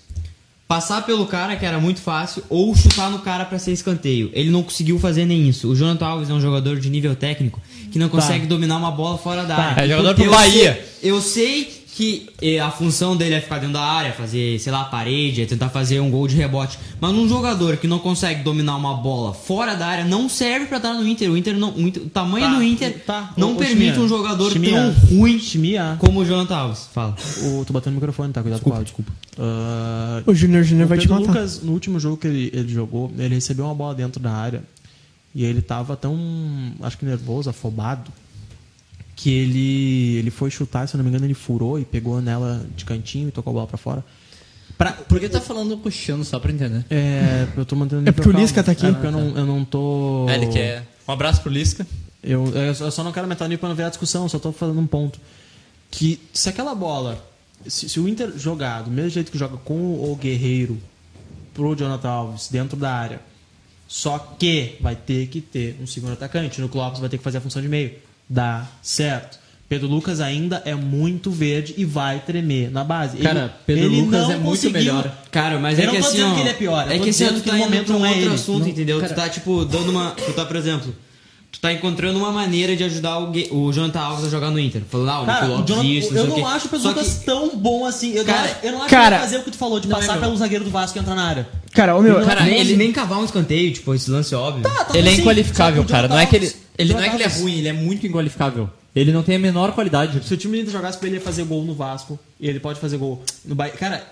Speaker 4: Passar pelo cara, que era muito fácil, ou chutar no cara pra ser escanteio. Ele não conseguiu fazer nem isso. O Jonathan Alves é um jogador de nível técnico que não consegue dominar uma bola fora da área.
Speaker 2: É jogador pro
Speaker 4: Eu
Speaker 2: Bahia.
Speaker 4: sei- eu sei que eh, a função dele é ficar dentro da área, fazer, sei lá, parede, é tentar fazer um gol de rebote. Mas um jogador que não consegue dominar uma bola fora da área não serve pra estar no Inter. O, Inter não, o, Inter- o tamanho
Speaker 3: Tá,
Speaker 4: do Inter
Speaker 3: tá.
Speaker 4: não
Speaker 3: Ô, ô,
Speaker 4: permite
Speaker 3: Chimia,
Speaker 4: um jogador
Speaker 3: Chimia.
Speaker 4: tão ruim
Speaker 3: Chimia.
Speaker 4: como o Jonathan Alves. Fala.
Speaker 3: O, tô batendo no microfone, tá? Cuidado com o áudio. Desculpa. Ah,
Speaker 1: O Júnior Júnior
Speaker 3: o
Speaker 1: vai te
Speaker 3: Pedro
Speaker 1: matar.
Speaker 3: Lucas, no último jogo que ele, ele jogou, ele recebeu uma bola dentro da área e ele tava tão, acho que nervoso, afobado, que ele, ele foi chutar, se eu não me engano, ele furou e pegou nela de cantinho e tocou a bola pra fora.
Speaker 2: Pra... Por que tá falando cochichando só pra entender?
Speaker 3: É, eu tô mantendo
Speaker 1: É porque o Lisca tá aqui.
Speaker 3: É porque eu não, eu não tô.
Speaker 2: É, ele quer. Um abraço pro Lisca.
Speaker 3: Eu, eu só- eu só não quero meter o nível pra não virar discussão, eu só tô fazendo um ponto. que se aquela bola, se, se o Inter jogar do mesmo jeito que joga com o Guerreiro pro Jonathan Alves dentro da área, só que vai ter que ter um segundo atacante. No Clóvis vai ter que fazer a função de meio. Dá certo. Pedro Lucas ainda é muito verde e vai tremer na base.
Speaker 4: Cara, Pedro Lucas é muito melhor. Cara, mas
Speaker 3: Eu
Speaker 4: é
Speaker 3: não
Speaker 4: que
Speaker 3: tô
Speaker 4: assim,
Speaker 3: dizendo
Speaker 4: ó,
Speaker 3: que ele é pior, eu
Speaker 4: É
Speaker 3: tô
Speaker 4: que esse
Speaker 3: dizendo
Speaker 4: ano tu
Speaker 3: que
Speaker 4: tá
Speaker 3: no
Speaker 4: indo
Speaker 3: momento
Speaker 4: pra um
Speaker 3: não é
Speaker 4: outro
Speaker 3: ele.
Speaker 4: assunto,
Speaker 3: Não,
Speaker 4: entendeu?
Speaker 3: cara.
Speaker 4: Tu tá, tipo, dando uma... Tu tá, por exemplo... Tu tá encontrando uma maneira de ajudar o, Gue- o Jonathan Alves a jogar no Inter. Falando, ah, o
Speaker 3: Cara,
Speaker 4: Nicolau
Speaker 3: o Jonathan-
Speaker 4: disso,
Speaker 3: eu
Speaker 4: sei o
Speaker 3: não
Speaker 4: quê.
Speaker 3: acho o Pedro
Speaker 4: Só que-
Speaker 3: Lucas tão bom assim. Eu
Speaker 4: Cara,
Speaker 3: não acho, eu não acho
Speaker 1: cara,
Speaker 3: que ele vai fazer o que tu falou, de
Speaker 4: Não, é
Speaker 3: passar
Speaker 4: meu.
Speaker 3: pelo zagueiro do Vasco e entrar na área.
Speaker 1: Cara, ô meu.
Speaker 4: Cara,
Speaker 2: nem-
Speaker 4: ele nem cavar um escanteio, tipo, esse lance óbvio.
Speaker 3: tá
Speaker 2: Ele é
Speaker 3: assim,
Speaker 2: inqualificável,
Speaker 3: só que o
Speaker 2: cara. Não é que ele,
Speaker 3: Jonathan
Speaker 2: ele não é que
Speaker 3: Alves-
Speaker 2: ele é ruim, ele é muito inqualificável. Ele não tem a menor qualidade.
Speaker 3: Se o time do Inter jogasse pra ele, ele ia fazer gol no Vasco. E ele pode fazer gol no Bahia. Cara,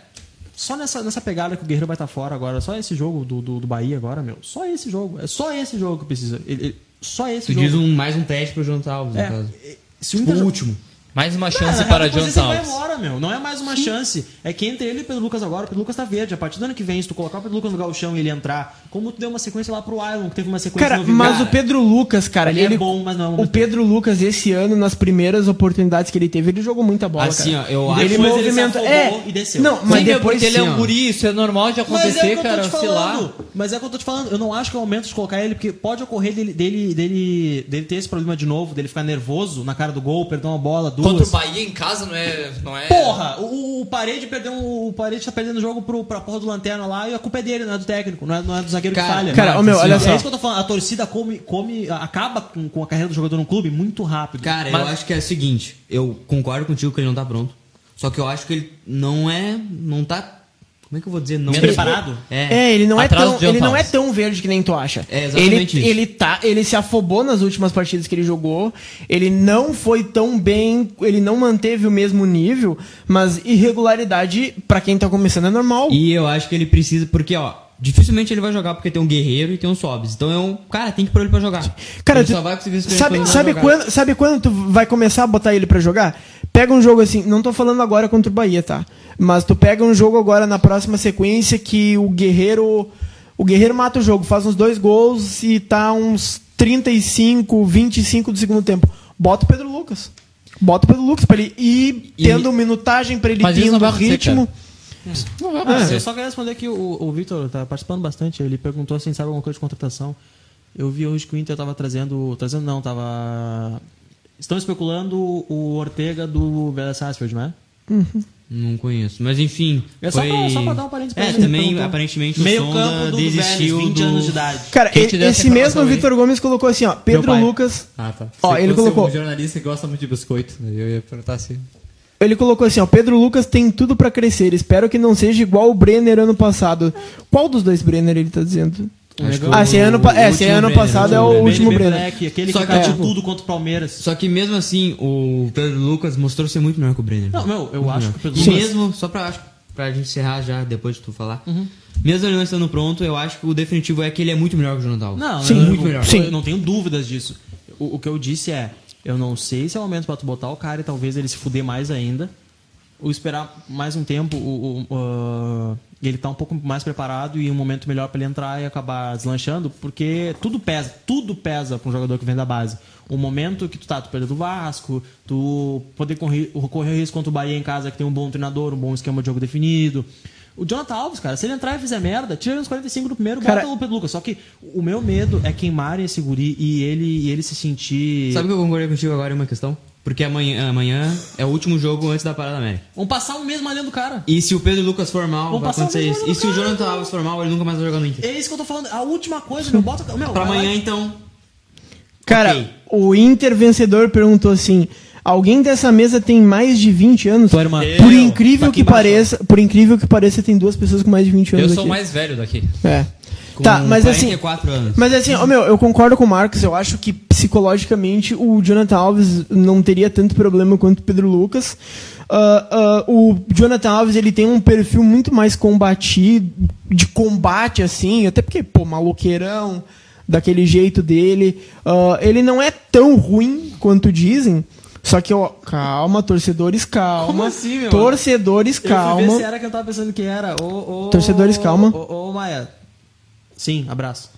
Speaker 3: só nessa, nessa pegada que o Guerreiro vai estar fora agora, só esse jogo do, do, do Bahia agora, meu. Só esse jogo. É só esse jogo que precisa. Ele- ele- só esse
Speaker 4: Tu
Speaker 3: jogo.
Speaker 4: diz um, mais um teste pro Jonathan Alves, no caso.
Speaker 3: É, é, se o
Speaker 4: Tipo,
Speaker 3: Inter...
Speaker 4: o último.
Speaker 2: Mais uma
Speaker 3: Cara,
Speaker 2: chance
Speaker 3: na
Speaker 2: para
Speaker 3: real, depois
Speaker 2: Jonathan
Speaker 3: Ele é, assim, vai
Speaker 2: Alves.
Speaker 3: embora, meu. Não é mais uma chance. É que entre ele e o Pedro Lucas agora, o Pedro Lucas tá verde. A partir do ano que vem, se tu colocar o Pedro Lucas no galchão e ele entrar, como tu deu uma sequência lá pro Iron, que teve uma sequência
Speaker 1: Cara,
Speaker 3: no Vingara.
Speaker 1: mas o Pedro Lucas, cara,
Speaker 3: Ele
Speaker 1: ele.
Speaker 3: é bom, mas não é um
Speaker 1: o
Speaker 3: momento.
Speaker 1: Pedro Lucas, esse ano, nas primeiras oportunidades que ele teve, ele jogou muita bola.
Speaker 4: Assim,
Speaker 1: cara.
Speaker 4: ó, eu acho-
Speaker 1: Ele
Speaker 3: Depois ele
Speaker 1: movimenta.
Speaker 3: se
Speaker 1: é,
Speaker 3: afobou e desceu.
Speaker 1: Não, mas
Speaker 2: Sim, meu,
Speaker 1: depois.
Speaker 2: porque ele é
Speaker 4: sim,
Speaker 2: um
Speaker 4: assim, ó.
Speaker 2: guri, isso é normal de
Speaker 3: Mas
Speaker 2: acontecer,
Speaker 3: é o que eu
Speaker 2: cara,
Speaker 3: tô te
Speaker 2: sei lá.
Speaker 3: falando. Mas é o que eu tô te falando. Eu não acho que é o momento de colocar ele, porque pode ocorrer dele, dele, dele, dele ter esse problema de novo, dele ficar nervoso na cara do gol, perder uma bola, duas.
Speaker 2: Contra o Bahia em casa não é. Não é...
Speaker 3: Porra! O, o- o Parede perdeu um- o Parede tá perdendo o jogo pro, pra porra do Lanterna lá e a culpa é dele, não é do técnico, não é, não é do zagueiro
Speaker 4: Cara,
Speaker 3: que falha.
Speaker 1: cara,
Speaker 3: Não,
Speaker 1: ô, meu, olha
Speaker 3: é
Speaker 1: só.
Speaker 3: isso que eu tô falando. A torcida come, come acaba com, com a carreira do jogador no clube muito rápido.
Speaker 4: Cara, eu acho que é o seguinte, eu concordo contigo que ele não tá pronto. Só que eu acho que ele não é. não tá. Como é que eu vou dizer? Não
Speaker 3: Preparado?
Speaker 4: É.
Speaker 1: É, ele não é,
Speaker 2: Atrás
Speaker 1: tão,
Speaker 2: do Jean
Speaker 1: ele não é
Speaker 2: Paulo.
Speaker 1: tão verde que nem tu acha.
Speaker 4: É, exatamente
Speaker 1: ele,
Speaker 4: isso.
Speaker 1: ele tá, ele se afobou nas últimas partidas que ele jogou. Ele não foi tão bem, ele não manteve o mesmo nível, mas irregularidade pra quem tá começando é normal.
Speaker 4: E eu acho que ele precisa, porque, ó, dificilmente ele vai jogar porque tem um guerreiro e tem um sobes. Então é um. Cara, tem que pôr ele pra jogar.
Speaker 1: Cara,
Speaker 4: ele
Speaker 1: tu-
Speaker 4: só vai conseguir se
Speaker 1: sabe,
Speaker 4: quando
Speaker 1: sabe,
Speaker 4: jogar.
Speaker 1: quando, sabe quando tu vai começar a botar ele pra jogar? Pega um jogo assim, não tô falando agora contra o Bahia, tá? Mas tu pega um jogo agora na próxima sequência que o Guerreiro. O Guerreiro mata o jogo, faz uns dois gols e tá uns 35, 25 do segundo tempo. Bota o Pedro Lucas. Bota o Pedro Lucas pra ele ir
Speaker 4: E-
Speaker 1: tendo minutagem pra ele
Speaker 2: Mas isso
Speaker 1: ir
Speaker 2: não
Speaker 1: no
Speaker 2: vai acontecer,
Speaker 1: ritmo.
Speaker 2: Não vai
Speaker 4: é
Speaker 3: Ah, eu
Speaker 2: acontecer.
Speaker 3: só queria responder que o, o Vitor tá participando bastante. Ele perguntou se a gente sabe alguma coisa de contratação. Eu vi hoje que o Inter tava trazendo. Trazendo não, tava. Estão especulando o Ortega do Vélez Sarsfield, né?
Speaker 4: Não conheço. Mas enfim.
Speaker 3: É só
Speaker 4: foi...
Speaker 3: pra- só pra dar um parênteses pra
Speaker 4: É,
Speaker 3: gente,
Speaker 4: também,
Speaker 3: então, tá.
Speaker 4: aparentemente, o
Speaker 3: Meio
Speaker 4: Sonda
Speaker 3: campo do, do Vélez,
Speaker 4: desistiu
Speaker 3: 20
Speaker 4: do...
Speaker 3: anos de idade.
Speaker 1: Cara,
Speaker 2: Quem
Speaker 1: e-
Speaker 2: te deu essa
Speaker 1: esse mesmo
Speaker 2: informação aí?
Speaker 1: Vitor Gomes colocou assim, ó. Pedro
Speaker 3: pai.
Speaker 1: Lucas.
Speaker 2: Ah, tá.
Speaker 1: Ó,
Speaker 2: Sei que
Speaker 1: ele
Speaker 2: você é
Speaker 1: colocou-
Speaker 2: Um jornalista que gosta muito de biscoito. né? Eu ia perguntar se.
Speaker 1: Ele colocou assim, ó, Pedro Lucas tem tudo pra crescer, espero que não seja igual o Brenner ano passado. Qual dos dois Brenner ele tá dizendo?
Speaker 4: Acho que
Speaker 1: Ah, se é ano, pa- é,
Speaker 4: o
Speaker 1: se é
Speaker 4: último
Speaker 1: ano
Speaker 4: Brenner,
Speaker 1: passado
Speaker 4: né?
Speaker 1: é
Speaker 4: O
Speaker 1: o último
Speaker 3: Ben
Speaker 1: Brenner.
Speaker 3: Black, aquele
Speaker 4: Só
Speaker 3: que
Speaker 4: que,
Speaker 3: caiu
Speaker 4: tipo,
Speaker 3: tudo contra o Palmeiras.
Speaker 4: Só que mesmo assim, o Pedro Lucas mostrou ser muito melhor que o Brenner.
Speaker 3: Não, meu, eu acho que o Pedro
Speaker 4: E
Speaker 3: Lucas-
Speaker 4: mesmo, só pra, acho, pra gente encerrar já, depois de tu falar. Mesmo ele não estando pronto, eu acho que o definitivo é que ele é muito melhor que o Jonathan Alves.
Speaker 3: Não,
Speaker 1: Sim,
Speaker 3: eu,
Speaker 1: muito
Speaker 3: eu-
Speaker 1: melhor.
Speaker 3: eu
Speaker 1: Sim.
Speaker 3: não tenho dúvidas disso. O, o que eu disse é, eu não sei se é o momento pra tu botar o cara e talvez ele se fuder mais ainda. Ou esperar mais um tempo, o, o- ah, ele tá um pouco mais preparado e um momento melhor pra ele entrar e acabar deslanchando, porque tudo pesa, tudo pesa pra um jogador que vem da base. O momento que tu tá, tu perder do Vasco, tu poder correr, correr o risco contra o Bahia em casa, que tem um bom treinador, um bom esquema de jogo definido. O Jonathan Alves, cara, se ele entrar e fizer merda, tira ele nos 45 do primeiro,
Speaker 1: Cara,
Speaker 3: bota o Pedro Lucas. Só que o meu medo é queimarem esse guri e ele, e ele se sentir.
Speaker 4: Sabe que eu concordei contigo agora em uma questão? Porque amanhã, amanhã é o último jogo antes da Parada América.
Speaker 3: Vão passar um mês malhando o cara.
Speaker 4: E se o Pedro Lucas for mal,
Speaker 3: Vou
Speaker 4: vai
Speaker 3: passar
Speaker 4: acontecer
Speaker 3: o
Speaker 4: isso.
Speaker 3: Pedro
Speaker 4: E se o
Speaker 3: Lucas.
Speaker 4: Jonathan Alves for mal, ele nunca mais vai jogar no Inter.
Speaker 3: É isso que eu tô falando. A última coisa, meu, bota. Meu,
Speaker 4: Pra
Speaker 3: vai lá
Speaker 4: amanhã,
Speaker 3: e-
Speaker 4: então.
Speaker 1: Cara,
Speaker 4: Ok.
Speaker 1: o Inter vencedor perguntou assim: "Alguém dessa mesa tem mais de 20 anos?"
Speaker 3: Tu era uma-
Speaker 1: Por
Speaker 3: Eu.
Speaker 1: incrível
Speaker 3: Tá aqui
Speaker 1: que
Speaker 3: embaixo.
Speaker 1: pareça, por incrível que pareça, tem duas pessoas com mais de 20
Speaker 2: Eu
Speaker 1: anos
Speaker 2: sou o
Speaker 1: aqui.
Speaker 2: mais velho daqui.
Speaker 1: É.
Speaker 4: Com
Speaker 1: Tá, mas assim,
Speaker 4: 44 anos.
Speaker 1: Mas assim, ó, meu, eu concordo com o Marcos, eu acho que psicologicamente o Jonathan Alves não teria tanto problema quanto o Pedro Lucas. Ah, ah, o Jonathan Alves ele tem um perfil muito mais combatido, de combate, assim, até porque, pô, maloqueirão, daquele jeito dele. Ah, ele não é tão ruim quanto dizem. Só que, ó, calma, torcedores, calma.
Speaker 3: Como assim, meu?
Speaker 1: Torcedores,
Speaker 3: Eu fui ver se é-
Speaker 1: calma.
Speaker 3: era que eu tava pensando que era. Ô, ô,
Speaker 1: Torcedores, calma.
Speaker 3: Ô, ô, Maia. Sim, abraço.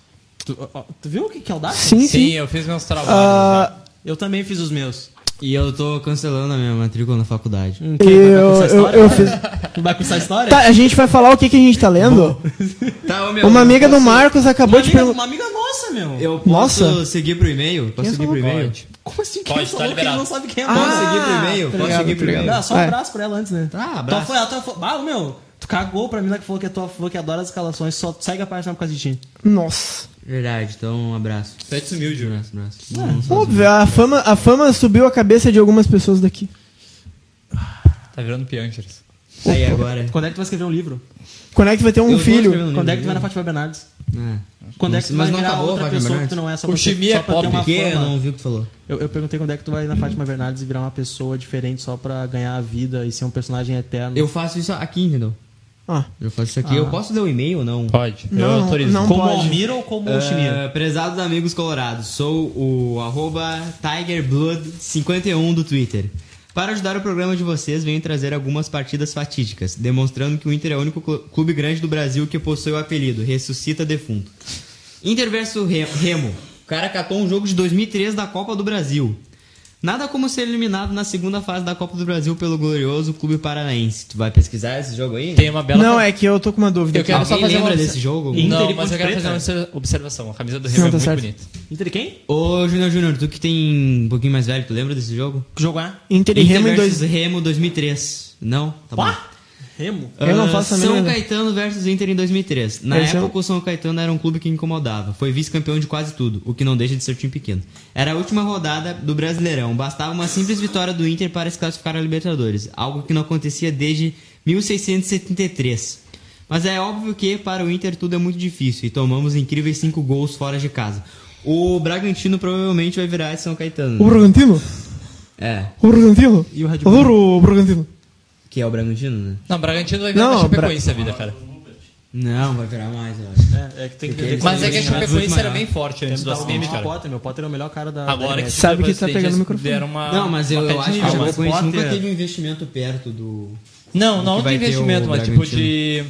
Speaker 3: Tu, ó, ó, tu viu o que, que é o Dax?
Speaker 1: Sim, sim.
Speaker 2: eu fiz meus trabalhos.
Speaker 1: Ah,
Speaker 3: Eu também fiz os meus.
Speaker 4: E eu tô cancelando a minha matrícula na faculdade.
Speaker 3: Hum,
Speaker 1: Eu-
Speaker 3: vai cursar
Speaker 1: eu-
Speaker 3: história?
Speaker 1: eu fiz-
Speaker 3: Tu vai cursar história?
Speaker 1: Tá, a gente vai falar o que, que a gente tá lendo?
Speaker 4: Tá, ô, meu,
Speaker 1: Uma
Speaker 4: eu
Speaker 1: amiga do
Speaker 4: posso-
Speaker 1: Marcos
Speaker 3: Uma
Speaker 1: acabou de
Speaker 3: amiga,
Speaker 1: perguntar.
Speaker 3: uma amiga nossa, meu.
Speaker 4: Eu posso
Speaker 1: Nossa.
Speaker 4: seguir pro e-mail? Posso seguir pro e-mail?
Speaker 2: Pode.
Speaker 3: Como assim?
Speaker 2: Pode, tá
Speaker 3: Quem falou que ele
Speaker 2: liberado.
Speaker 3: não sabe quem é
Speaker 1: Ah,
Speaker 4: Posso
Speaker 3: nossa?
Speaker 4: seguir pro e-mail?
Speaker 1: tá
Speaker 4: Posso
Speaker 1: ligado,
Speaker 4: seguir
Speaker 1: tá
Speaker 4: pro e-mail? É.
Speaker 3: Não, só um
Speaker 1: Vai.
Speaker 3: abraço pra ela antes, né?
Speaker 4: Ah,
Speaker 3: Tua
Speaker 4: abraço.
Speaker 3: foi, tua foi, ah, meu, tu cagou pra mim lá que falou que a tua falou que adora as escalações, só segue a página por causa de ti.
Speaker 1: Nossa.
Speaker 4: Verdade, então um abraço. Um
Speaker 2: Até te sumiu, Gil.
Speaker 4: Abraço, abraço. Não, não sou-
Speaker 1: Óbvio, a fama, a fama subiu a cabeça de algumas pessoas daqui.
Speaker 2: Tá virando Pianchers.
Speaker 4: Aí agora.
Speaker 3: Quando é que tu vai escrever um livro?
Speaker 1: Quando é que vai ter um
Speaker 4: Eu tô
Speaker 1: filho?
Speaker 4: escrevendo.
Speaker 3: Quando é que tu vai na Fátima Bernardes?
Speaker 4: É.
Speaker 3: Quando é
Speaker 4: Mas-
Speaker 3: que tu
Speaker 4: mas
Speaker 3: vai
Speaker 4: não
Speaker 3: virar
Speaker 4: acabou,
Speaker 3: outra
Speaker 4: Fátima
Speaker 3: pessoa que
Speaker 4: Bernardes?
Speaker 3: tu não é só
Speaker 2: O
Speaker 3: ter-
Speaker 2: Chimia
Speaker 3: só
Speaker 2: é
Speaker 3: pra ter
Speaker 2: pop.
Speaker 3: uma
Speaker 4: Por que eu
Speaker 3: fama?
Speaker 4: não ouvi o que tu falou?
Speaker 3: Eu, eu perguntei quando é que tu vai na Fátima Bernardes e virar uma pessoa diferente só pra ganhar a vida e ser um personagem eterno.
Speaker 4: Eu faço isso aqui, entendeu?
Speaker 1: Ah,
Speaker 4: Eu faço isso aqui. Eu posso ler o e-mail ou não?
Speaker 2: Pode.
Speaker 1: Não,
Speaker 2: eu autorizo.
Speaker 1: não.
Speaker 3: como
Speaker 1: pode.
Speaker 3: Almir ou como
Speaker 4: Ah,
Speaker 3: o Chimia?
Speaker 4: prezados amigos colorados, sou o arroba TigerBlood51 do Twitter. Para ajudar o programa de vocês, venho trazer algumas partidas fatídicas, demonstrando que o Inter é o único clu- clube grande do Brasil que possui o apelido Ressuscita Defunto. Inter versus Re- Remo. O cara catou um jogo de 2003 da Copa do Brasil. Nada como ser eliminado na segunda fase da Copa do Brasil pelo glorioso Clube Paranaense. Tu vai pesquisar esse jogo aí?
Speaker 2: Tem uma bela. tá-
Speaker 1: não, é que eu tô com uma dúvida.
Speaker 2: Eu quero só
Speaker 4: Alguém
Speaker 2: fazer uma
Speaker 4: lembra
Speaker 2: obser-
Speaker 4: desse jogo?
Speaker 2: Não,
Speaker 3: Inter e
Speaker 2: mas eu
Speaker 3: Ponte
Speaker 2: quero
Speaker 3: Preta?
Speaker 2: fazer uma obser- observação. A camisa do
Speaker 1: Não,
Speaker 2: Remo é
Speaker 1: tá
Speaker 2: muito
Speaker 1: certo.
Speaker 2: bonita.
Speaker 3: Inter quem?
Speaker 4: Ô, Júnior Júnior, tu que tem um pouquinho mais velho, tu lembra desse jogo?
Speaker 3: Que jogo é?
Speaker 1: Inter e Remo em
Speaker 4: versus
Speaker 1: dois.
Speaker 4: Remo 2003. Não? Tá bom.
Speaker 3: Pá? Remo?
Speaker 1: Eu não faço a
Speaker 4: Ah, São
Speaker 1: mínima ideia.
Speaker 4: Caetano versus Inter em 2003. Na
Speaker 1: Esse é um-
Speaker 4: época, o São Caetano era um clube que incomodava. Foi vice-campeão de quase tudo, o que não deixa de ser um time pequeno. Era a última rodada do Brasileirão. Bastava uma simples vitória do Inter para se classificar a Libertadores, algo que não acontecia desde 1673. Mas é óbvio que para o Inter tudo é muito difícil e tomamos incríveis 5 gols fora de casa. O Bragantino provavelmente vai virar esse São Caetano. né?
Speaker 1: O Bragantino?
Speaker 4: É,
Speaker 1: O Bragantino?
Speaker 3: E o Red Bull?
Speaker 1: Adoro o Bragantino.
Speaker 4: que é o Bragantino, né?
Speaker 2: Não, Bragantino vai virar
Speaker 1: Não,
Speaker 2: uma Chapecoense a vida, cara.
Speaker 4: Não, vai virar mais, eu acho.
Speaker 3: É, é que tem que
Speaker 2: Mas é
Speaker 3: ver.
Speaker 2: que a
Speaker 4: Bragantino
Speaker 2: Chapecoense era
Speaker 4: maior.
Speaker 2: bem forte antes do
Speaker 3: Dá o nome
Speaker 2: acidente,
Speaker 3: de
Speaker 2: cara.
Speaker 3: Potter, meu. Potter é o melhor cara da. da
Speaker 2: Agora que
Speaker 3: internet.
Speaker 1: Sabe que
Speaker 2: depois
Speaker 1: tá
Speaker 2: do
Speaker 1: pegando
Speaker 2: acidente,
Speaker 1: o microfone.
Speaker 2: deram uma-
Speaker 4: Não, mas eu,
Speaker 2: uma
Speaker 4: eu
Speaker 2: queda
Speaker 4: acho
Speaker 2: de
Speaker 4: que a
Speaker 2: nível.
Speaker 4: Chapecoense nunca
Speaker 3: Potter-
Speaker 4: teve um investimento perto do.
Speaker 2: Não, não
Speaker 4: que
Speaker 2: de
Speaker 4: vai ter
Speaker 2: investimento,
Speaker 4: o
Speaker 2: mas tipo
Speaker 4: Bragantino.
Speaker 2: de.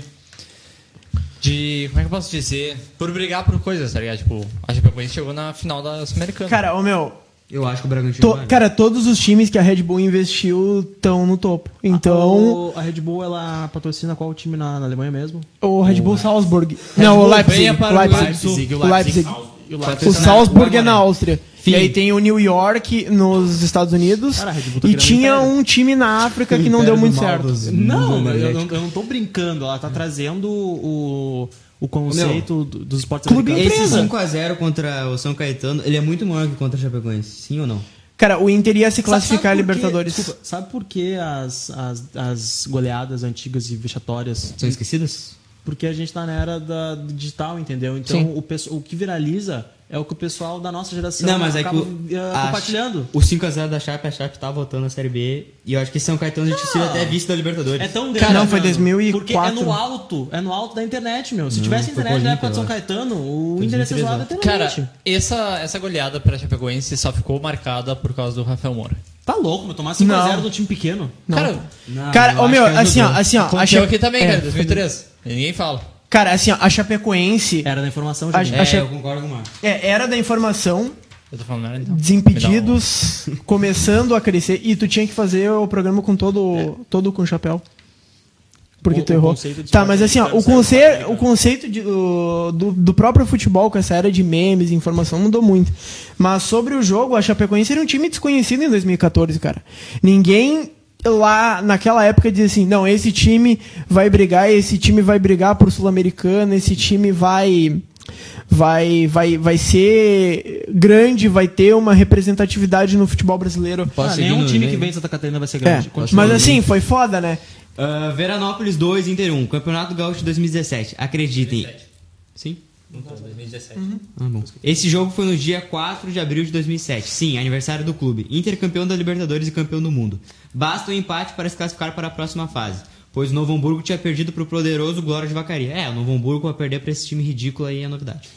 Speaker 2: De. Como é que eu posso dizer? Por brigar por coisas, tá ligado? Tipo, a Chapecoense chegou na final da Sul-Americana.
Speaker 1: Cara, ô meu.
Speaker 4: Eu acho que o Bragantino.
Speaker 1: to-
Speaker 4: vai.
Speaker 1: cara, todos os times que a Red Bull investiu estão no topo. Então,
Speaker 3: O- a Red Bull, ela patrocina qual time na, na Alemanha mesmo?
Speaker 1: o, Red Bull Salzburg. não,
Speaker 2: Bull
Speaker 1: o Leipzig.
Speaker 2: venha para o
Speaker 1: Leipzig.
Speaker 2: Leipzig,
Speaker 1: O Leipzig. O
Speaker 4: Patrocinado
Speaker 1: Salzburg
Speaker 4: por
Speaker 1: é na
Speaker 4: Amoré.
Speaker 1: Áustria. E aí tem o New York nos Estados Unidos.
Speaker 3: Cara, a Red Bull tá
Speaker 1: e
Speaker 3: criando
Speaker 1: tinha
Speaker 3: império.
Speaker 1: um time na África que não
Speaker 4: Império
Speaker 1: deu
Speaker 4: do
Speaker 1: muito
Speaker 4: mal
Speaker 1: certo.
Speaker 4: dos- dos
Speaker 3: Não, eu, eu
Speaker 4: energéticos.
Speaker 3: não, eu não tô brincando. Ela tá trazendo o, o conceito do- dos esportes
Speaker 1: Clube
Speaker 3: americanos.
Speaker 4: Esse
Speaker 1: empresa.
Speaker 4: 5x0 contra o São Caetano, ele é muito maior que contra a Chapecoense, sim ou não?
Speaker 1: Cara, o Inter ia se
Speaker 3: Sabe-
Speaker 1: classificar a
Speaker 3: sabe por quê-
Speaker 1: Libertadores.
Speaker 3: desculpa, sabe por que as, as, as goleadas antigas e vexatórias?
Speaker 4: São esquecidas?
Speaker 3: Porque a gente tá na era da, do digital, entendeu? Então o, pesso- o que viraliza é o que o pessoal da nossa geração
Speaker 4: não, mas é que.
Speaker 3: acaba
Speaker 4: o-
Speaker 3: eh,
Speaker 4: a-
Speaker 3: compartilhando.
Speaker 4: O 5x0 da Chape, a Chape tá voltando na Série B. E eu acho que São Caetano já tinha sido até vice da Libertadores.
Speaker 3: É tão grande.
Speaker 1: Cara, não, foi
Speaker 3: mano,
Speaker 1: 2004.
Speaker 3: Porque é no alto, é no alto da internet, meu. Se tivesse
Speaker 4: foi
Speaker 3: internet
Speaker 4: com
Speaker 3: na
Speaker 4: o
Speaker 3: época de São
Speaker 4: Inter,
Speaker 3: Caetano, o Inter ia ser
Speaker 4: 2003,
Speaker 3: zoado
Speaker 4: eu acho.
Speaker 3: eternamente.
Speaker 2: Cara, essa, essa goleada pra Chapecoense só ficou marcada por causa do Rafael Moura.
Speaker 3: tá louco, meu. Tomar 5x0
Speaker 1: Não.
Speaker 3: do time pequeno.
Speaker 2: Cara,
Speaker 4: Não,
Speaker 3: Ah,
Speaker 1: Cara,
Speaker 4: eu
Speaker 1: ô
Speaker 4: acho
Speaker 1: meu,
Speaker 4: que
Speaker 1: assim, ó,
Speaker 4: ajudou.
Speaker 1: assim, ó. a
Speaker 2: aconteceu
Speaker 1: Cha-
Speaker 2: aqui também,
Speaker 1: é,
Speaker 2: cara, 2003. Ninguém fala.
Speaker 1: Cara, assim, ó, a Chapecoense
Speaker 3: Era da informação,
Speaker 1: A-
Speaker 3: gente.
Speaker 4: É,
Speaker 1: a Cha-
Speaker 4: eu concordo com o Marcos.
Speaker 1: é, era da informação,
Speaker 2: Eu tô falando merda então. Me
Speaker 1: desimpedidos, começando a crescer. E tu tinha que fazer o programa com todo, todo com chapéu. Porque
Speaker 3: O-
Speaker 1: tu
Speaker 3: o
Speaker 1: errou.
Speaker 3: conceito de
Speaker 1: Tá, mas
Speaker 3: esporte
Speaker 1: assim, ó,
Speaker 3: americano
Speaker 1: o, conce-
Speaker 3: saiu da América.
Speaker 1: o conceito de- do, do, do próprio futebol com essa era de memes e informação mudou muito. Mas sobre o jogo, a Chapecoense era um time desconhecido em 2014, cara. Ninguém lá naquela época dizia assim: não, esse time vai brigar, esse time vai brigar por Sul-Americana, esse time vai. Vai, vai, vai ser grande, vai ter uma representatividade no futebol brasileiro.
Speaker 4: Posso
Speaker 3: Ah,
Speaker 4: seguir
Speaker 3: nenhum
Speaker 4: Tá no
Speaker 3: time
Speaker 4: e-mail?
Speaker 3: que vem de Santa Catarina vai ser
Speaker 1: É,
Speaker 3: grande. Continua.
Speaker 1: mas assim, foi foda, né?
Speaker 4: Ah, Veranópolis 2, Inter 1. Campeonato Gaúcho 2017. Acreditem. Sim?
Speaker 2: dá um. 2017.
Speaker 4: Ah, bom. Esse jogo foi no dia 4 de abril de 2007. Sim, aniversário do clube. Inter campeão da Libertadores e campeão do mundo. Basta um empate para se classificar para a próxima fase, pois o Novo Hamburgo tinha perdido para o poderoso Glória de Vacaria. É, o Novo Hamburgo vai perder para esse time ridículo aí é novidade.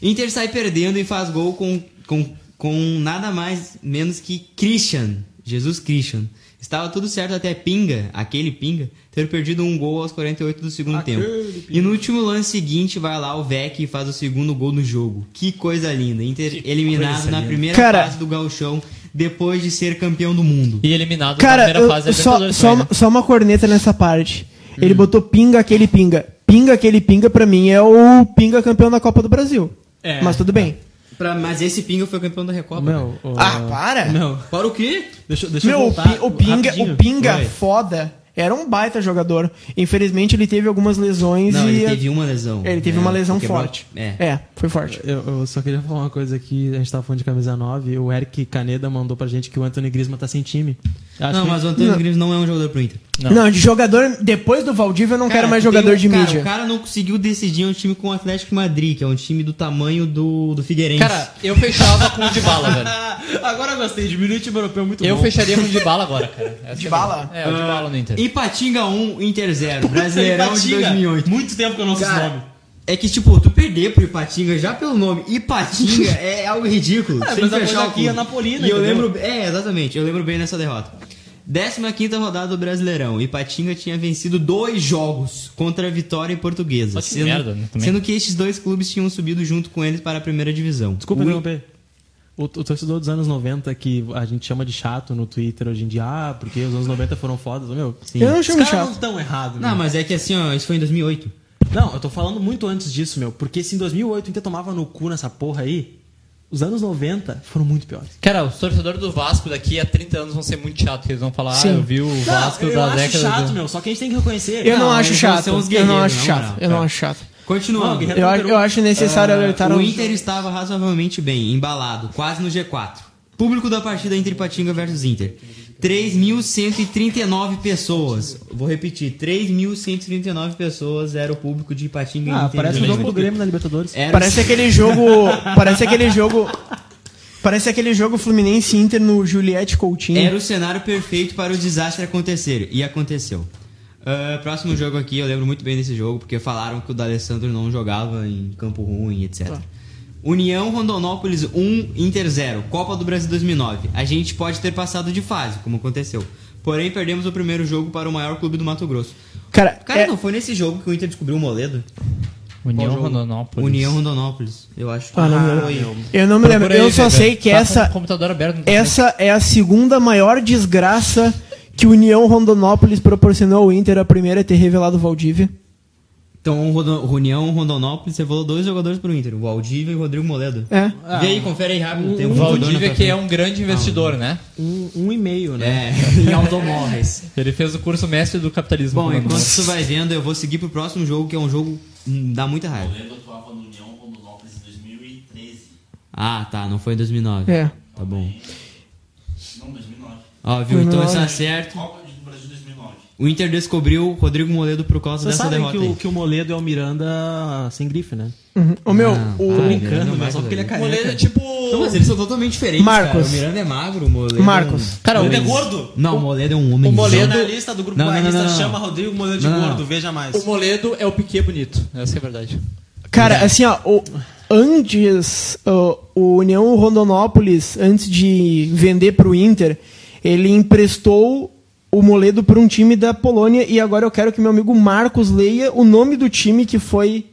Speaker 4: Inter sai perdendo e faz gol com, com, com nada mais menos que Christian. Jesus Christian. Estava tudo certo até Pinga, aquele Pinga, ter perdido um gol aos 48 do segundo tempo. E no último lance seguinte, vai lá o Vec e faz o segundo gol no jogo. Que coisa linda. Inter eliminado na primeira
Speaker 1: Cara,
Speaker 4: fase do Galchão depois de ser campeão do mundo.
Speaker 2: E eliminado na
Speaker 1: Cara,
Speaker 2: primeira
Speaker 1: eu-
Speaker 2: fase
Speaker 4: é
Speaker 2: da
Speaker 1: só,
Speaker 2: Libertadores,
Speaker 1: só,
Speaker 2: né?
Speaker 1: uma- só uma corneta nessa parte.
Speaker 4: Hum.
Speaker 1: Ele botou pinga aquele pinga. Pinga aquele pinga, pra mim, é o pinga campeão da Copa do Brasil.
Speaker 4: É.
Speaker 1: Mas tudo bem.
Speaker 4: Pra- mas esse Pinga foi campeão da Recopa.
Speaker 3: Meu, o-
Speaker 1: Ah, para!
Speaker 3: Meu,
Speaker 4: Para o quê?
Speaker 3: deixa, deixa
Speaker 1: Meu,
Speaker 3: eu
Speaker 1: o,
Speaker 3: voltar
Speaker 1: Pi- o pinga,
Speaker 3: rapidinho.
Speaker 1: o pinga
Speaker 3: Vai.
Speaker 1: foda. Era um baita jogador. Infelizmente, ele teve algumas lesões
Speaker 4: Não,
Speaker 1: e.
Speaker 4: ele teve uma lesão.
Speaker 1: ele teve
Speaker 4: É,
Speaker 1: uma lesão
Speaker 4: quebrou-
Speaker 1: forte.
Speaker 4: É.
Speaker 1: foi forte.
Speaker 3: Eu, eu só queria falar uma coisa aqui, a gente tava falando de camisa 9, o Eric Caneda mandou pra gente que o Anthony Griezmann tá sem time. Acho
Speaker 4: Não,
Speaker 3: que-
Speaker 4: mas o Antônio Grimes não é um jogador pro Inter.
Speaker 1: Não. de jogador. Depois do Valdívia, eu não quero mais
Speaker 4: tu tem
Speaker 1: jogador
Speaker 4: um-
Speaker 1: de
Speaker 4: cara,
Speaker 1: mídia.
Speaker 4: O cara não conseguiu decidir um time com o Atlético Madrid, que é um time do tamanho do, do Figueirense.
Speaker 2: Cara, eu fechava com o de bala, velho.
Speaker 3: Ah, Agora eu gostei, diminui o time europeu é muito
Speaker 2: Eu
Speaker 3: bom.
Speaker 2: fecharia com o de bala agora, cara. Essa é a
Speaker 1: bala?
Speaker 2: verdade. É, o de bala no Inter.
Speaker 4: Ipatinga 1, Inter 0. Brasileirão de
Speaker 3: Ipatinga.
Speaker 4: 2008.
Speaker 3: Muito tempo que eu não sei esse nome.
Speaker 4: Cara, é que, tipo, tu perder pro Ipatinga já pelo nome Ipatinga é algo ridículo.
Speaker 3: É,
Speaker 4: sem
Speaker 3: mas a
Speaker 4: fechar
Speaker 3: coisa
Speaker 4: o
Speaker 3: aqui é
Speaker 4: clube.
Speaker 3: napolina,
Speaker 4: E eu
Speaker 3: entendeu?
Speaker 4: lembro. É, exatamente. Eu lembro bem dessa derrota. 15 rodada do Brasileirão. Ipatinga tinha vencido dois jogos contra a Vitória e Portuguesa.
Speaker 2: Mas que merda, né, também.
Speaker 4: sendo que estes dois clubes tinham subido junto com eles para a primeira divisão.
Speaker 3: Desculpa
Speaker 4: O-
Speaker 3: interromper. O, o torcedor dos anos 90, que a gente chama de chato no Twitter hoje em dia, ah, porque os anos 90 foram fodas, meu. Sim.
Speaker 1: Eu não chamo de
Speaker 3: Os caras
Speaker 1: chato.
Speaker 3: não tão errados,
Speaker 4: Não, mas é que assim, ó, isso foi em 2008.
Speaker 3: Não, eu tô falando muito antes disso, meu. Porque se em 2008 o Inter tomava no cu nessa porra aí, os anos 90 foram muito piores.
Speaker 2: Cara, os torcedores do Vasco daqui a 30 anos vão ser muito chatos. Eles vão falar, ah, eu vi o Vasco
Speaker 3: eu
Speaker 2: da
Speaker 3: acho
Speaker 2: década...
Speaker 3: chato,
Speaker 2: do-
Speaker 3: meu. Só que a gente tem que reconhecer.
Speaker 1: Eu não,
Speaker 4: Não,
Speaker 1: acho
Speaker 4: eles vão
Speaker 1: chato.
Speaker 4: ser uns
Speaker 1: Eu não
Speaker 4: guerreiros,
Speaker 1: acho
Speaker 4: na
Speaker 1: chato.
Speaker 4: moral,
Speaker 1: Eu não
Speaker 4: cara.
Speaker 1: acho chato.
Speaker 4: Continuando.
Speaker 3: Não,
Speaker 1: Eu, acho- eu acho necessário alertar
Speaker 4: Ah,
Speaker 1: um-
Speaker 4: O
Speaker 1: os-
Speaker 4: Inter estava razoavelmente bem, embalado, quase no G4. Público da partida entre Ipatinga versus Inter. 3.139 pessoas. Vou repetir, 3.139 pessoas era o público de Ipatinga e
Speaker 3: Ah,
Speaker 4: Inter.
Speaker 3: parece o
Speaker 4: de
Speaker 3: jogo do
Speaker 4: 2008.
Speaker 3: Grêmio na Libertadores.
Speaker 4: Era assim.
Speaker 1: Parece aquele jogo. parece aquele jogo. Parece aquele jogo Fluminense Inter no Juliette Coutinho.
Speaker 4: Era o cenário perfeito para o desastre acontecer. E aconteceu. Ah, próximo jogo aqui, eu lembro muito bem desse jogo, porque falaram que o D'Alessandro não jogava em campo ruim, etc.
Speaker 2: Tá.
Speaker 4: União Rondonópolis 1, Inter 0, Copa do Brasil 2009. A gente pode ter passado de fase, como aconteceu. Porém, perdemos o primeiro jogo para o maior clube do Mato Grosso.
Speaker 1: Cara,
Speaker 4: Cara,
Speaker 1: é-
Speaker 4: não foi nesse jogo que o Inter descobriu o Moledo?
Speaker 2: União
Speaker 4: Qual jogo?
Speaker 2: Rondonópolis.
Speaker 4: União Rondonópolis. Eu acho que
Speaker 1: Ah, não me lembro.
Speaker 4: foi.
Speaker 1: eu não me lembro.
Speaker 2: Procura aí,
Speaker 1: Eu só
Speaker 2: velho.
Speaker 1: sei que
Speaker 2: Tá com
Speaker 1: essa,
Speaker 2: o computador aberto. não tá
Speaker 1: essa é a segunda maior desgraça que União Rondonópolis proporcionou ao Inter. A primeira é ter revelado o Valdívia.
Speaker 4: Então, o Rodo- União Rondonópolis revelou dois jogadores para o Inter, o Valdívia e o Rodrigo Moledo.
Speaker 1: É.
Speaker 4: Vê aí, confere aí rápido. Tem
Speaker 2: O
Speaker 4: um computador
Speaker 2: Valdívia
Speaker 4: na
Speaker 2: que é
Speaker 4: tua
Speaker 2: um grande investidor, né?
Speaker 3: Um, um e meio,
Speaker 4: frente.
Speaker 3: né?
Speaker 4: É, em automóveis.
Speaker 2: Ele fez o curso mestre do capitalismo.
Speaker 4: Bom,
Speaker 2: pelo menos.
Speaker 4: enquanto tu vai vendo, eu vou seguir pro próximo jogo, que é um jogo hum, dá muita raiva.
Speaker 6: Lendo atuava no União Rondonópolis em 2013.
Speaker 4: Ah, tá, não foi em 2009.
Speaker 1: É.
Speaker 4: Tá bom.
Speaker 6: Não, 2009.
Speaker 4: Ó, viu?
Speaker 1: Foi
Speaker 4: Então
Speaker 1: na
Speaker 4: isso
Speaker 1: hora.
Speaker 4: tá certo.
Speaker 6: Copa do Brasil 2009.
Speaker 4: O Inter descobriu o Rodrigo Moledo por causa
Speaker 3: Vocês
Speaker 4: dessa
Speaker 3: sabem
Speaker 4: derrota
Speaker 3: que o, que o Moledo é o Miranda sem grife, né?
Speaker 1: Uhum. Ô, meu,
Speaker 2: Ah,
Speaker 1: o-
Speaker 4: vai,
Speaker 3: Brincando,
Speaker 4: Não,
Speaker 3: mas
Speaker 4: mas
Speaker 3: só porque ele é
Speaker 2: O Moledo é
Speaker 3: careca.
Speaker 2: tipo...
Speaker 4: Não, Então, mas eles são totalmente diferentes,
Speaker 1: Marcos.
Speaker 4: cara. O Miranda é magro, o Moledo...
Speaker 1: Marcos.
Speaker 2: Cara, o Moledo-
Speaker 4: gordo? Não, o Moledo é um homem.
Speaker 2: O Moledo-
Speaker 4: gordo.
Speaker 3: Jornalista do grupo
Speaker 4: Não, não, não,
Speaker 3: Bairrista
Speaker 4: não, não.
Speaker 3: chama Rodrigo Moledo de
Speaker 4: Não, não.
Speaker 3: gordo, veja mais.
Speaker 2: O Moledo é o Piquet bonito. Essa é a verdade.
Speaker 1: Cara, assim, ó, o- antes ó, o União Rondonópolis, antes de vender pro Inter, ele emprestou o Moledo para um time da Polônia e agora eu quero que meu amigo Marcos leia o nome do time que foi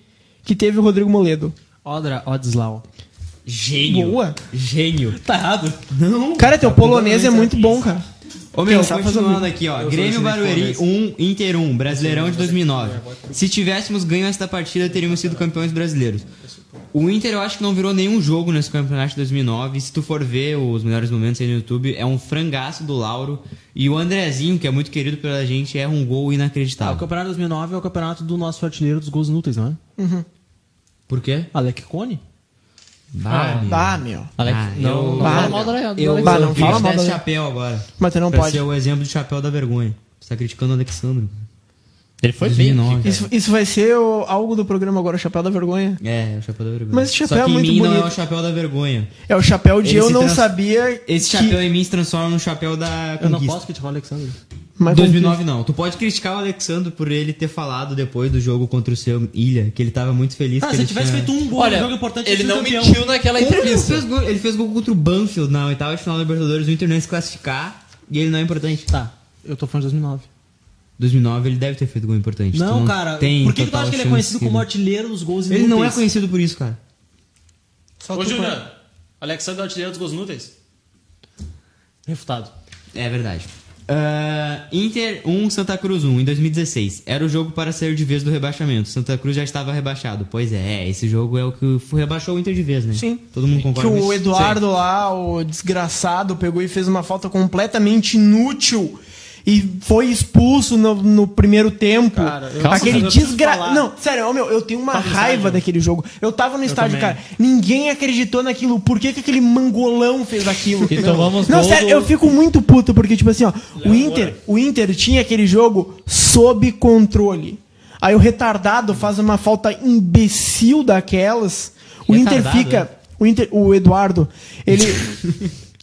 Speaker 1: que teve o Rodrigo Moledo.
Speaker 3: Odra Odislau.
Speaker 4: Gênio.
Speaker 1: é- Boa.
Speaker 4: Gênio.
Speaker 3: Tá errado.
Speaker 4: Não.
Speaker 1: Cara, teu polonês é
Speaker 4: tá
Speaker 1: muito bom, cara.
Speaker 4: Ô meu,
Speaker 1: Quem sabe faz
Speaker 4: continuando
Speaker 1: um-
Speaker 4: aqui, ó.
Speaker 3: sou
Speaker 4: Grêmio
Speaker 3: desse
Speaker 4: Barueri
Speaker 3: Nicolas.
Speaker 4: 1, Inter 1,
Speaker 1: é
Speaker 4: Brasileirão de 2009. Se tivéssemos ganho esta partida, teríamos sido campeões brasileiros. O Inter eu acho que não virou nenhum jogo nesse campeonato de 2009. E Se tu for ver os melhores momentos aí no YouTube, é um frangaço do Lauro. E o Andrezinho, que é muito querido pela gente, erra um gol
Speaker 1: Ah,
Speaker 3: Tá, o
Speaker 4: inacreditável.
Speaker 3: campeonato de 2009 é o campeonato do nosso artilheiro dos gols inúteis, não é?
Speaker 1: Uhum.
Speaker 4: Por quê?
Speaker 3: Alec Cone?
Speaker 4: Bah, meu.
Speaker 1: Ah, meu.
Speaker 2: Alex,
Speaker 4: Ah,
Speaker 2: não,
Speaker 4: eu-
Speaker 2: não
Speaker 1: Bah,
Speaker 2: fala Tá mal do Alexandre.
Speaker 4: Eu,
Speaker 1: Tá Bah, não
Speaker 4: não
Speaker 1: fala mal do-
Speaker 4: chapéu agora.
Speaker 1: Mas tu não
Speaker 4: pra
Speaker 1: pode.
Speaker 4: ser o exemplo de chapéu da vergonha. Você tá criticando o Alexandre.
Speaker 2: Ele foi bem.
Speaker 4: 2009.
Speaker 1: Isso, isso vai ser o- algo do programa agora, o Chapéu da Vergonha.
Speaker 4: É, é o chapéu da vergonha.
Speaker 1: Mas esse chapéu
Speaker 4: Só que
Speaker 1: é muito
Speaker 4: em mim não
Speaker 1: bonito.
Speaker 4: é o chapéu da vergonha.
Speaker 1: É o chapéu de
Speaker 4: Ele
Speaker 1: eu
Speaker 4: se
Speaker 1: não
Speaker 4: trans-
Speaker 1: sabia.
Speaker 4: Esse
Speaker 1: que-
Speaker 4: chapéu em mim se transforma no chapéu da conquista.
Speaker 3: Eu não posso criticar o Alexandre.
Speaker 1: Mas
Speaker 4: 2009 não. Tu pode criticar o Alexandre por ele ter falado depois do jogo contra o seu Ilha, que ele tava muito feliz.
Speaker 3: Ah,
Speaker 4: que
Speaker 3: se
Speaker 4: ele
Speaker 3: tivesse
Speaker 4: tinha...
Speaker 3: feito um gol
Speaker 2: Olha,
Speaker 3: no jogo importante,
Speaker 2: ele
Speaker 3: tinha sido
Speaker 2: não
Speaker 3: campeão.
Speaker 2: mentiu naquela
Speaker 4: Como ele
Speaker 2: entrevista.
Speaker 4: fez, gol, ele fez gol contra o Banfield na oitava de final da Libertadores, o Inter não ia se classificar e ele não é importante.
Speaker 3: Tá, eu tô falando de 2009.
Speaker 4: 2009 ele deve ter feito gol importante. Tu
Speaker 3: Não, cara,
Speaker 4: tem
Speaker 3: por que, que tu
Speaker 4: total
Speaker 3: acha que ele é
Speaker 4: chance
Speaker 3: conhecido
Speaker 4: que
Speaker 3: como artilheiro dos gols
Speaker 4: Ele
Speaker 3: inúteis?
Speaker 4: não é conhecido por isso, cara.
Speaker 3: Só
Speaker 7: Ô,
Speaker 3: tu
Speaker 7: Juliano, Alexandre é o artilheiro dos gols inúteis?
Speaker 2: Refutado.
Speaker 4: É verdade. Ah, Inter 1, Santa Cruz 1, em 2016. Era o jogo para sair de vez do rebaixamento. Santa Cruz já estava rebaixado. Pois é, esse jogo é o que rebaixou o Inter de vez, né?
Speaker 1: Sim.
Speaker 4: Todo mundo
Speaker 1: Que
Speaker 4: concorda. com
Speaker 1: o
Speaker 4: isso?
Speaker 1: Eduardo lá, o desgraçado, pegou e fez uma falta completamente inútil. E foi expulso no, no primeiro tempo.
Speaker 2: Calma,
Speaker 1: Aquele
Speaker 3: eu preciso
Speaker 1: desgra...
Speaker 3: falar.
Speaker 1: Não, sério, ô, meu, eu tenho uma raiva daquele jogo. Eu tava no estádio,
Speaker 3: também.
Speaker 1: cara. Ninguém acreditou naquilo. Por que, que aquele mangolão fez aquilo?
Speaker 2: E tomamos
Speaker 1: Não,
Speaker 2: gol
Speaker 1: sério,
Speaker 2: do-
Speaker 1: eu fico muito puto porque, tipo assim, ó, o Inter, o Inter tinha aquele jogo sob controle. Aí o retardado faz uma falta imbecil daquelas. O Inter
Speaker 3: Retardado,
Speaker 1: fica. O, Inter, o Eduardo, ele.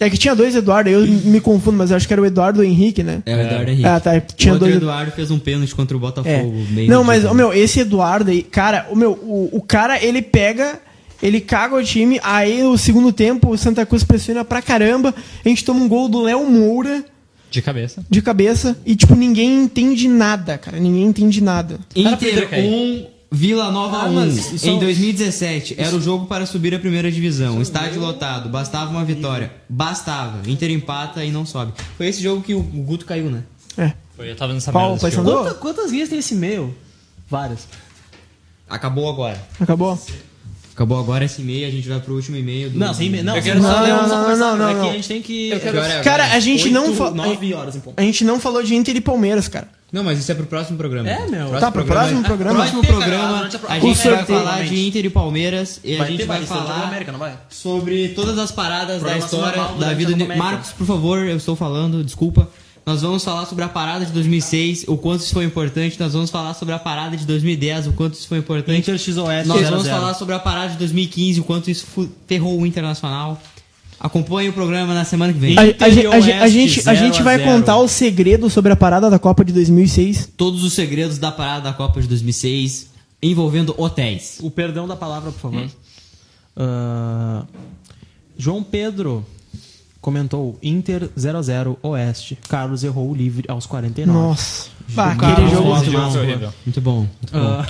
Speaker 1: é que tinha dois Eduardo, eu me confundo, mas eu acho que era o Eduardo Henrique, né?
Speaker 4: É o Eduardo Henrique.
Speaker 1: Ah, tá. Tinha
Speaker 4: o outro
Speaker 1: dois.
Speaker 4: Eduardo fez um pênalti contra o Botafogo.
Speaker 1: É.
Speaker 4: meio
Speaker 1: Não, mas,
Speaker 4: ridículo.
Speaker 1: ô, meu, esse Eduardo aí, cara, o meu, o, o cara, ele pega, ele caga o time, aí no segundo tempo o Santa Cruz pressiona pra caramba, a gente toma um gol do Léo Moura
Speaker 2: De cabeça.
Speaker 1: de cabeça e, tipo, ninguém entende nada, cara, ninguém entende nada.
Speaker 2: Era pro Inter
Speaker 4: Inter
Speaker 2: cair.
Speaker 4: 1, Vila Nova
Speaker 3: Ah,
Speaker 4: 1.
Speaker 3: mas isso-
Speaker 4: Em 2017, era o jogo para subir a primeira
Speaker 3: é
Speaker 4: divisão. Estádio lotado, bastava uma vitória. Bastava. Inter empata e não sobe. Foi esse jogo que o o Guto caiu, né?
Speaker 1: É.
Speaker 2: Foi, eu tava nessa
Speaker 1: Paulo,
Speaker 2: merda. desse
Speaker 1: pois
Speaker 2: jogo.
Speaker 1: Alô?
Speaker 3: Quanta- quantas linhas tem esse e-mail? Várias.
Speaker 4: Acabou agora.
Speaker 1: Acabou?
Speaker 4: Acabou agora esse e-mail, a gente vai pro último e-mail do.
Speaker 3: Não, sem e-mail. Não,
Speaker 2: Eu quero
Speaker 3: só
Speaker 2: só
Speaker 3: ler
Speaker 1: não,
Speaker 3: um, só
Speaker 1: não,
Speaker 3: conversar,
Speaker 1: não,
Speaker 3: né,
Speaker 1: não,
Speaker 3: que
Speaker 1: não.
Speaker 3: a gente tem que. é,
Speaker 4: Eu quero- Cara,
Speaker 1: Cara, a gente não
Speaker 3: Oito,
Speaker 1: falou.
Speaker 3: nove horas em ponto.
Speaker 1: A gente não falou de Inter e Palmeiras, cara.
Speaker 4: Não, mas isso é pro próximo programa.
Speaker 3: É, meu.
Speaker 1: Tá, pro próximo programa.
Speaker 4: Próximo
Speaker 3: Vai ter, cara,
Speaker 4: programa,
Speaker 3: durante a pro-
Speaker 4: a
Speaker 3: o
Speaker 4: gente vai
Speaker 1: sorteio,
Speaker 4: falar de Inter e Palmeiras e a gente vai
Speaker 3: Paulistão, Copa
Speaker 4: falar
Speaker 3: América, não vai?
Speaker 4: sobre todas as paradas da
Speaker 3: Programação
Speaker 4: história
Speaker 3: normal
Speaker 4: da
Speaker 3: durante
Speaker 4: vida
Speaker 3: a
Speaker 4: de...
Speaker 3: Copa América.
Speaker 4: Marcos, por favor, eu estou falando, desculpa. Nós vamos falar sobre a parada de 2006, o quanto isso foi importante. Nós vamos falar sobre a parada de 2010, o quanto isso foi importante.
Speaker 3: Inter XOS.
Speaker 4: Nós
Speaker 3: 0 a
Speaker 4: vamos
Speaker 3: 0.
Speaker 4: falar sobre a parada de 2015, o quanto isso fu- ferrou o Internacional. Acompanhe o programa na semana que vem.
Speaker 1: A, a-
Speaker 3: Inter e
Speaker 1: a- a- a
Speaker 3: Oeste,
Speaker 1: gente, a
Speaker 3: zero
Speaker 1: gente
Speaker 3: a
Speaker 1: vai
Speaker 3: zero.
Speaker 1: contar o segredo sobre a parada da Copa de 2006.
Speaker 4: Todos os segredos da parada da Copa de 2006 envolvendo hotéis.
Speaker 3: O perdão da palavra, por favor. Hum. Ah, João Pedro comentou Inter 0x0 Oeste. Carlos errou o livre aos 49.
Speaker 1: Nossa. Bah,
Speaker 3: Carlos
Speaker 1: aquele jogo.
Speaker 3: Nossa,
Speaker 2: Esse jogo
Speaker 3: não,
Speaker 2: foi
Speaker 3: não.
Speaker 2: horrível.
Speaker 4: Muito bom. muito bom.
Speaker 3: Ah,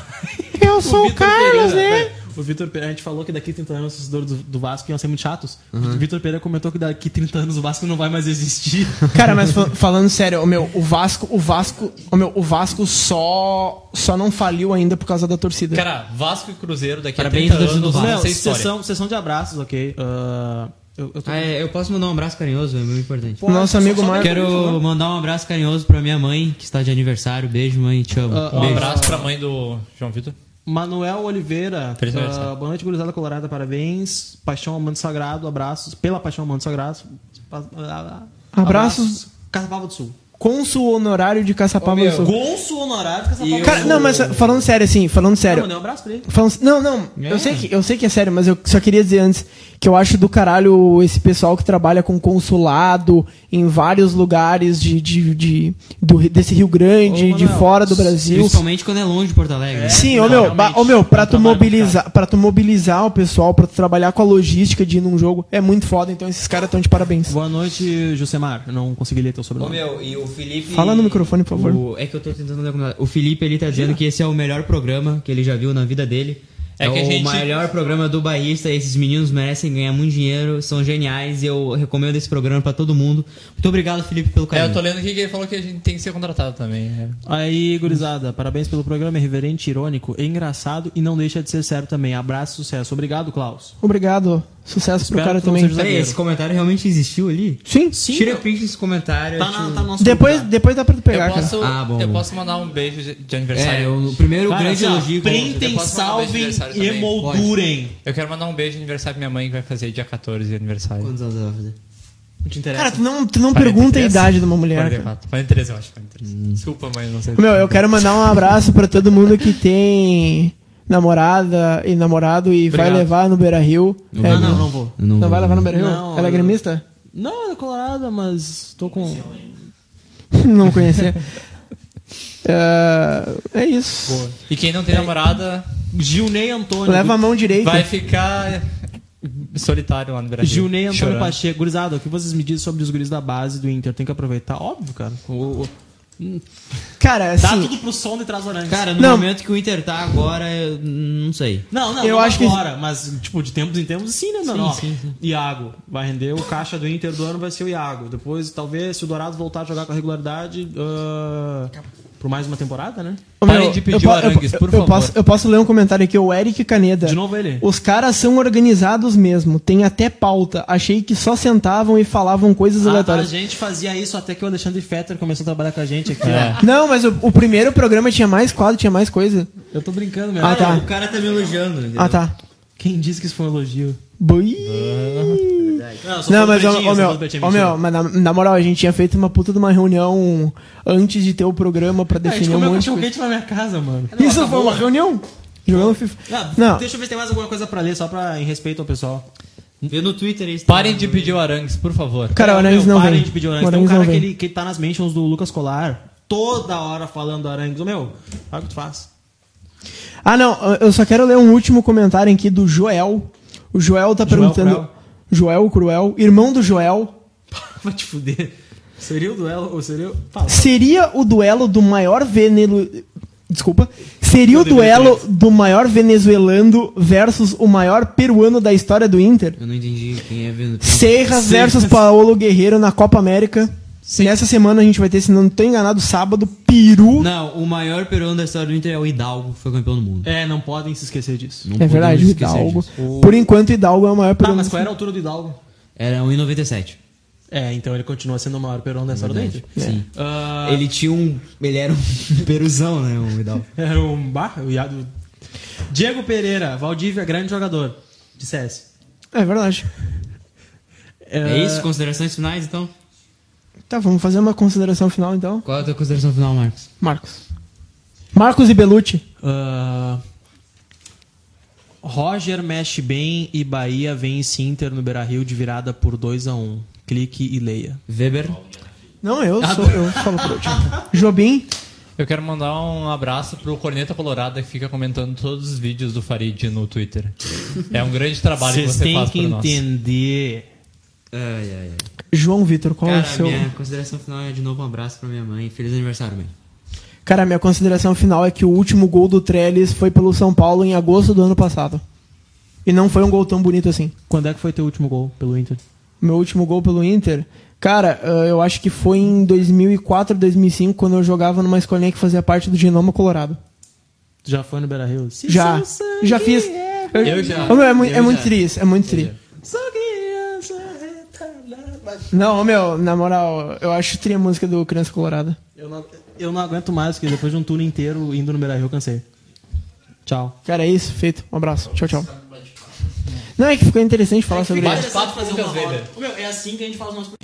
Speaker 1: Eu sou o
Speaker 3: Vitor
Speaker 1: Carlos, né?
Speaker 3: Pereira, O Vitor Pereira, a gente falou que daqui 30 anos os torcedores do, do Vasco iam ser muito chatos. O Vitor Pereira comentou que daqui 30 anos o Vasco não vai mais existir.
Speaker 1: Cara, mas fal- falando sério, o meu, o Vasco, o Vasco, o meu, o Vasco só só não faliu ainda por causa da torcida.
Speaker 2: Cara, Vasco e Cruzeiro daqui
Speaker 4: Parabéns,
Speaker 2: a 30
Speaker 4: torcida do
Speaker 2: anos.
Speaker 4: Vasco.
Speaker 2: Não,
Speaker 3: Não,
Speaker 2: sei história.
Speaker 3: sessão, sessão de abraços, ok. Ah, eu, eu tô...
Speaker 4: Ah, é, eu posso mandar um abraço carinhoso, é muito importante.
Speaker 1: O Nosso amigo Marco.
Speaker 4: Quero mandar um abraço carinhoso pra minha mãe, que está de aniversário. Beijo, mãe, te amo.
Speaker 3: Ah,
Speaker 2: Um
Speaker 4: Beijo.
Speaker 2: abraço pra mãe do João Vitor.
Speaker 3: Manuel Oliveira.
Speaker 2: Feliz
Speaker 3: ah,
Speaker 2: aniversário.
Speaker 3: boa noite, gurizada colorada, parabéns. Paixão ao Manto Sagrado, abraços. Pela Paixão ao Manto Sagrado. pa- ah, ah,
Speaker 1: Abraços.
Speaker 3: Caçapava do Sul.
Speaker 1: Cônsul honorário de Caçapava do Sul.
Speaker 3: Gonço honorário Caçapava
Speaker 1: Cara, não, mas falando sério assim, falando sério.
Speaker 3: Não, mandei um abraço pra ele.
Speaker 1: Falando- não, não, eu, sei que, eu sei que é sério, mas eu só queria dizer antes que eu acho do caralho esse pessoal que trabalha com consulado em vários lugares de, de, de- do, Ri- desse Rio Grande, de fora do Brasil.
Speaker 4: Principalmente quando é longe de Porto Alegre.
Speaker 1: Sim,
Speaker 3: não,
Speaker 1: ô meu,
Speaker 3: é, realmente,
Speaker 1: ba- ô meu, pra
Speaker 3: é um
Speaker 1: tu
Speaker 3: trabalho
Speaker 1: mobilizar, para tu mobilizar o pessoal, pra tu trabalhar com a logística de ir num jogo, é muito foda, então esses caras estão de parabéns.
Speaker 3: Boa noite, Jusemar. Eu não consegui ler teu
Speaker 4: Ô,
Speaker 3: sobrenome.
Speaker 4: meu, e o Felipe...
Speaker 1: Fala no microfone, por favor.
Speaker 4: O- é que eu tô tentando ler como- O Felipe, ele tá dizendo que esse é o melhor programa que ele já viu na vida dele.
Speaker 2: É
Speaker 4: É,
Speaker 2: que a
Speaker 4: o
Speaker 2: gente-
Speaker 4: melhor programa do Baísta. Esses meninos merecem ganhar muito dinheiro, são geniais e eu recomendo esse programa pra todo mundo. Muito obrigado, Felipe, pelo
Speaker 2: É,
Speaker 4: carinho.
Speaker 2: eu tô lendo aqui que ele falou que a gente tem que ser contratado também. é.
Speaker 3: Aí, gurizada, parabéns pelo programa. É reverente, irônico, é engraçado e não deixa de ser sério também. Abraço e sucesso. Obrigado, Klaus.
Speaker 1: Obrigado, sucesso
Speaker 3: Espero
Speaker 1: pro cara
Speaker 3: que não
Speaker 1: também.
Speaker 3: seja-
Speaker 4: Peraí, esse comentário realmente existiu ali?
Speaker 1: Sim,
Speaker 4: Tira print desse comentário.
Speaker 3: Tá,
Speaker 4: eu
Speaker 3: na,
Speaker 4: te-
Speaker 3: tá no nosso
Speaker 1: depois,
Speaker 3: grupo,
Speaker 1: depois dá pra tu pegar,
Speaker 2: Eu posso,
Speaker 4: Ah, bom,
Speaker 2: eu
Speaker 4: bom.
Speaker 2: posso mandar um beijo de- de
Speaker 4: É,
Speaker 2: aniversário.
Speaker 4: o primeiro
Speaker 3: Cara,
Speaker 4: grande
Speaker 3: assim, ó,
Speaker 4: elogio que eu-
Speaker 2: eu
Speaker 3: Printem,
Speaker 2: posso mandar um beijo de aniversário
Speaker 3: salvem e
Speaker 2: também.
Speaker 3: emoldurem.
Speaker 2: Eu quero mandar um beijo de aniversário pra minha mãe, que vai fazer dia 14 de aniversário.
Speaker 4: Quantos anos ela vai fazer?
Speaker 3: Não te interessa.
Speaker 1: Cara, tu não, tu não pergunta a
Speaker 2: 43?
Speaker 1: idade de uma mulher. cara.
Speaker 2: 44. 43, é eu acho. 43.
Speaker 4: Hum.
Speaker 2: Desculpa, mãe, não sei.
Speaker 1: Meu, eu quero mandar um abraço pra todo mundo que tem namorada e namorado e vai
Speaker 2: Obrigado.
Speaker 1: levar no Beira Rio. É,
Speaker 3: Ah, não, não vou.
Speaker 4: Eu
Speaker 1: Não
Speaker 4: vou.
Speaker 1: vai levar no Beira Rio?
Speaker 3: Não,
Speaker 1: Ela é
Speaker 3: eu-
Speaker 1: gremista?
Speaker 3: Não, ela é colorada, mas tô com.
Speaker 1: não conhecia. Ah, é isso.
Speaker 2: E quem não tem
Speaker 1: É.
Speaker 2: namorada
Speaker 3: Gilney Antônio.
Speaker 1: Leva a mão direita.
Speaker 2: vai ficar solitário lá no Brasil.
Speaker 3: Gilney Antônio
Speaker 2: Chorando.
Speaker 3: Pacheco. Gurizada, o que vocês me dizem sobre os guris da base do Inter? Tem que aproveitar. Óbvio, cara. O, o-
Speaker 1: Cara,
Speaker 3: Dá
Speaker 1: assim.
Speaker 3: tudo pro som de trás orantes.
Speaker 4: Cara, no
Speaker 1: Não.
Speaker 4: momento que o Inter tá agora, eu não sei.
Speaker 3: não, não,
Speaker 1: eu
Speaker 3: não
Speaker 1: acho que-
Speaker 3: agora, mas tipo, de tempos em tempos, sim, né,
Speaker 4: Sim,
Speaker 3: mano? Ó,
Speaker 4: sim, sim.
Speaker 3: Iago vai render, o caixa do Inter do ano vai ser o Iago. Depois, talvez, se o Dourado voltar a jogar com a regularidade, ah, por mais uma temporada, né?
Speaker 1: Ô,
Speaker 2: Parem de pedir
Speaker 1: eu po-
Speaker 2: Arangues,
Speaker 1: eu,
Speaker 2: por
Speaker 1: eu
Speaker 2: favor.
Speaker 1: Posso, eu posso ler um comentário aqui, o Eric Caneda.
Speaker 3: De novo ele.
Speaker 1: Os caras são organizados mesmo, tem até pauta. Achei que só sentavam e falavam coisas
Speaker 3: A, Ah, a
Speaker 1: aleatórias.
Speaker 3: gente fazia isso até que o Alexandre Fetter começou a trabalhar com a gente aqui.
Speaker 2: É.
Speaker 1: Não, mas o, o primeiro programa tinha mais quadro, tinha mais coisa.
Speaker 3: Eu tô brincando mesmo.
Speaker 1: Ah, tá.
Speaker 4: O cara tá me elogiando. entendeu?
Speaker 1: Ah, tá.
Speaker 3: Quem disse que isso foi um elogio?
Speaker 1: Bui.
Speaker 3: Não, eu sou
Speaker 1: Não,
Speaker 3: todo
Speaker 1: mas, ô,
Speaker 3: pretinho,
Speaker 1: ô,
Speaker 3: eu sou
Speaker 1: meu,
Speaker 3: todo pretinho,
Speaker 1: ô,
Speaker 3: mentira.
Speaker 1: meu, mas na, na moral, a gente tinha feito uma puta de uma reunião antes de ter o programa pra
Speaker 3: É, A gente
Speaker 1: definir um
Speaker 3: comeu
Speaker 1: monte de
Speaker 3: cachorro
Speaker 1: coisa.
Speaker 3: quente na minha casa, mano.
Speaker 1: Isso foi uma reunião? Jogando FIFA.
Speaker 3: Ah,
Speaker 1: Não,
Speaker 3: Deixa eu ver se tem mais alguma coisa pra ler, só pra, em respeito ao pessoal.
Speaker 4: Vê no Twitter aí. se
Speaker 2: Parem
Speaker 4: tá-
Speaker 2: de pedir o Arangues, por favor.
Speaker 1: cara, o
Speaker 3: Meu,
Speaker 1: Arangues não
Speaker 3: parem
Speaker 1: vem.
Speaker 3: de pedir o
Speaker 1: O
Speaker 3: Arangues. Tem um
Speaker 1: Arangues não
Speaker 3: cara que,
Speaker 1: vem.
Speaker 3: ele, que tá nas mentions do Lucas Colar, toda hora falando Arangues. Ô, Meu, olha o que tu faz.
Speaker 1: Ah, não, eu só quero ler um último comentário aqui do Joel. O Joel tá perguntando.
Speaker 3: Cruel.
Speaker 1: Joel Cruel, irmão do Joel.
Speaker 3: Vai te fuder. Seria o duelo, ou seria o... Fala.
Speaker 1: Seria o duelo do maior venelo. Desculpa. Seria o
Speaker 3: deveria
Speaker 1: duelo
Speaker 3: ter
Speaker 1: do maior venezuelano versus o maior peruano da história do Inter?
Speaker 4: Eu não entendi quem é vendo.
Speaker 1: Serras versus Paulo Guerreiro na Copa América. Nessa semana a gente vai ter, se não tô enganado, sábado, Peru.
Speaker 4: Não, o maior peruano da história do Inter é o Hidalgo, que foi campeão do mundo.
Speaker 3: É, não podem se esquecer disso.
Speaker 4: Não
Speaker 1: é
Speaker 4: podemos
Speaker 1: verdade, o
Speaker 4: esquecer
Speaker 1: Hidalgo.
Speaker 4: disso.
Speaker 1: Por enquanto, o Hidalgo é o maior
Speaker 3: Tá,
Speaker 1: peruano.
Speaker 3: mas qual era a altura do Hidalgo?
Speaker 4: Era 1,97.
Speaker 3: É, então ele continua sendo o maior peruano da história do Inter.
Speaker 4: né? Sim.
Speaker 1: É.
Speaker 3: Ah,
Speaker 4: Ele tinha um. Ele era um peruzão, né? O Hidalgo.
Speaker 3: Era um bar, o Iado. Diego Pereira, Valdívia, grande jogador de CS.
Speaker 1: É verdade.
Speaker 3: Ah,
Speaker 4: É isso? Considerações finais, então?
Speaker 1: Tá, vamos fazer uma consideração final então.
Speaker 4: Qual é a tua consideração final, Marcos?
Speaker 1: Marcos. Marcos e Belucci.
Speaker 3: Ah, Roger mexe bem e Bahia vence Inter no Beira Rio de virada por 2 a 1 Clique e leia.
Speaker 4: Weber.
Speaker 1: Não, eu
Speaker 4: Ah,
Speaker 1: sou.
Speaker 4: tá.
Speaker 1: Eu falo por último. Jobim.
Speaker 2: Eu quero mandar um abraço pro Corneta Colorada que fica comentando todos os vídeos do Farid no Twitter. É um grande trabalho que
Speaker 3: Vocês
Speaker 2: você
Speaker 3: têm
Speaker 2: faz
Speaker 3: que
Speaker 2: por nós.
Speaker 3: entender.
Speaker 4: Ai, ai, ai.
Speaker 1: João Vitor, qual é o
Speaker 4: Cara,
Speaker 1: seu.
Speaker 4: minha consideração final é de novo um abraço pra minha mãe. Feliz aniversário, mãe.
Speaker 1: Cara, minha consideração final é que o último gol do Trellis foi pelo São Paulo em agosto do ano passado. E não foi um gol tão bonito assim.
Speaker 3: Quando é que foi teu último gol pelo Inter?
Speaker 1: Meu último gol pelo Inter, cara, eh, eu acho que foi em 2004, 2005, quando eu jogava numa escolinha que fazia parte do Genoma Colorado.
Speaker 3: Tu Já foi no Beira Rio? Se
Speaker 1: Já,
Speaker 3: seu sangue
Speaker 1: já fiz.
Speaker 3: é
Speaker 1: Eu,
Speaker 2: Eu já.
Speaker 1: Ô, meu, é, mui-
Speaker 4: Eu
Speaker 1: é muito
Speaker 4: já.
Speaker 1: triste, é muito triste.
Speaker 3: só criança né? retardada.
Speaker 1: Não, ô, meu, na moral, eu acho tri a música do Criança Colorada.
Speaker 3: Eu não, eu não aguento mais, porque depois de um turno inteiro indo no Beira Rio, eu cansei. Tchau.
Speaker 1: Cara, é isso, feito. Um abraço, tchau, tchau. Não, é que ficou interessante falar sobre isso.
Speaker 2: Bate papo com o Lucas Weber.
Speaker 3: é assim que a gente faz o nosso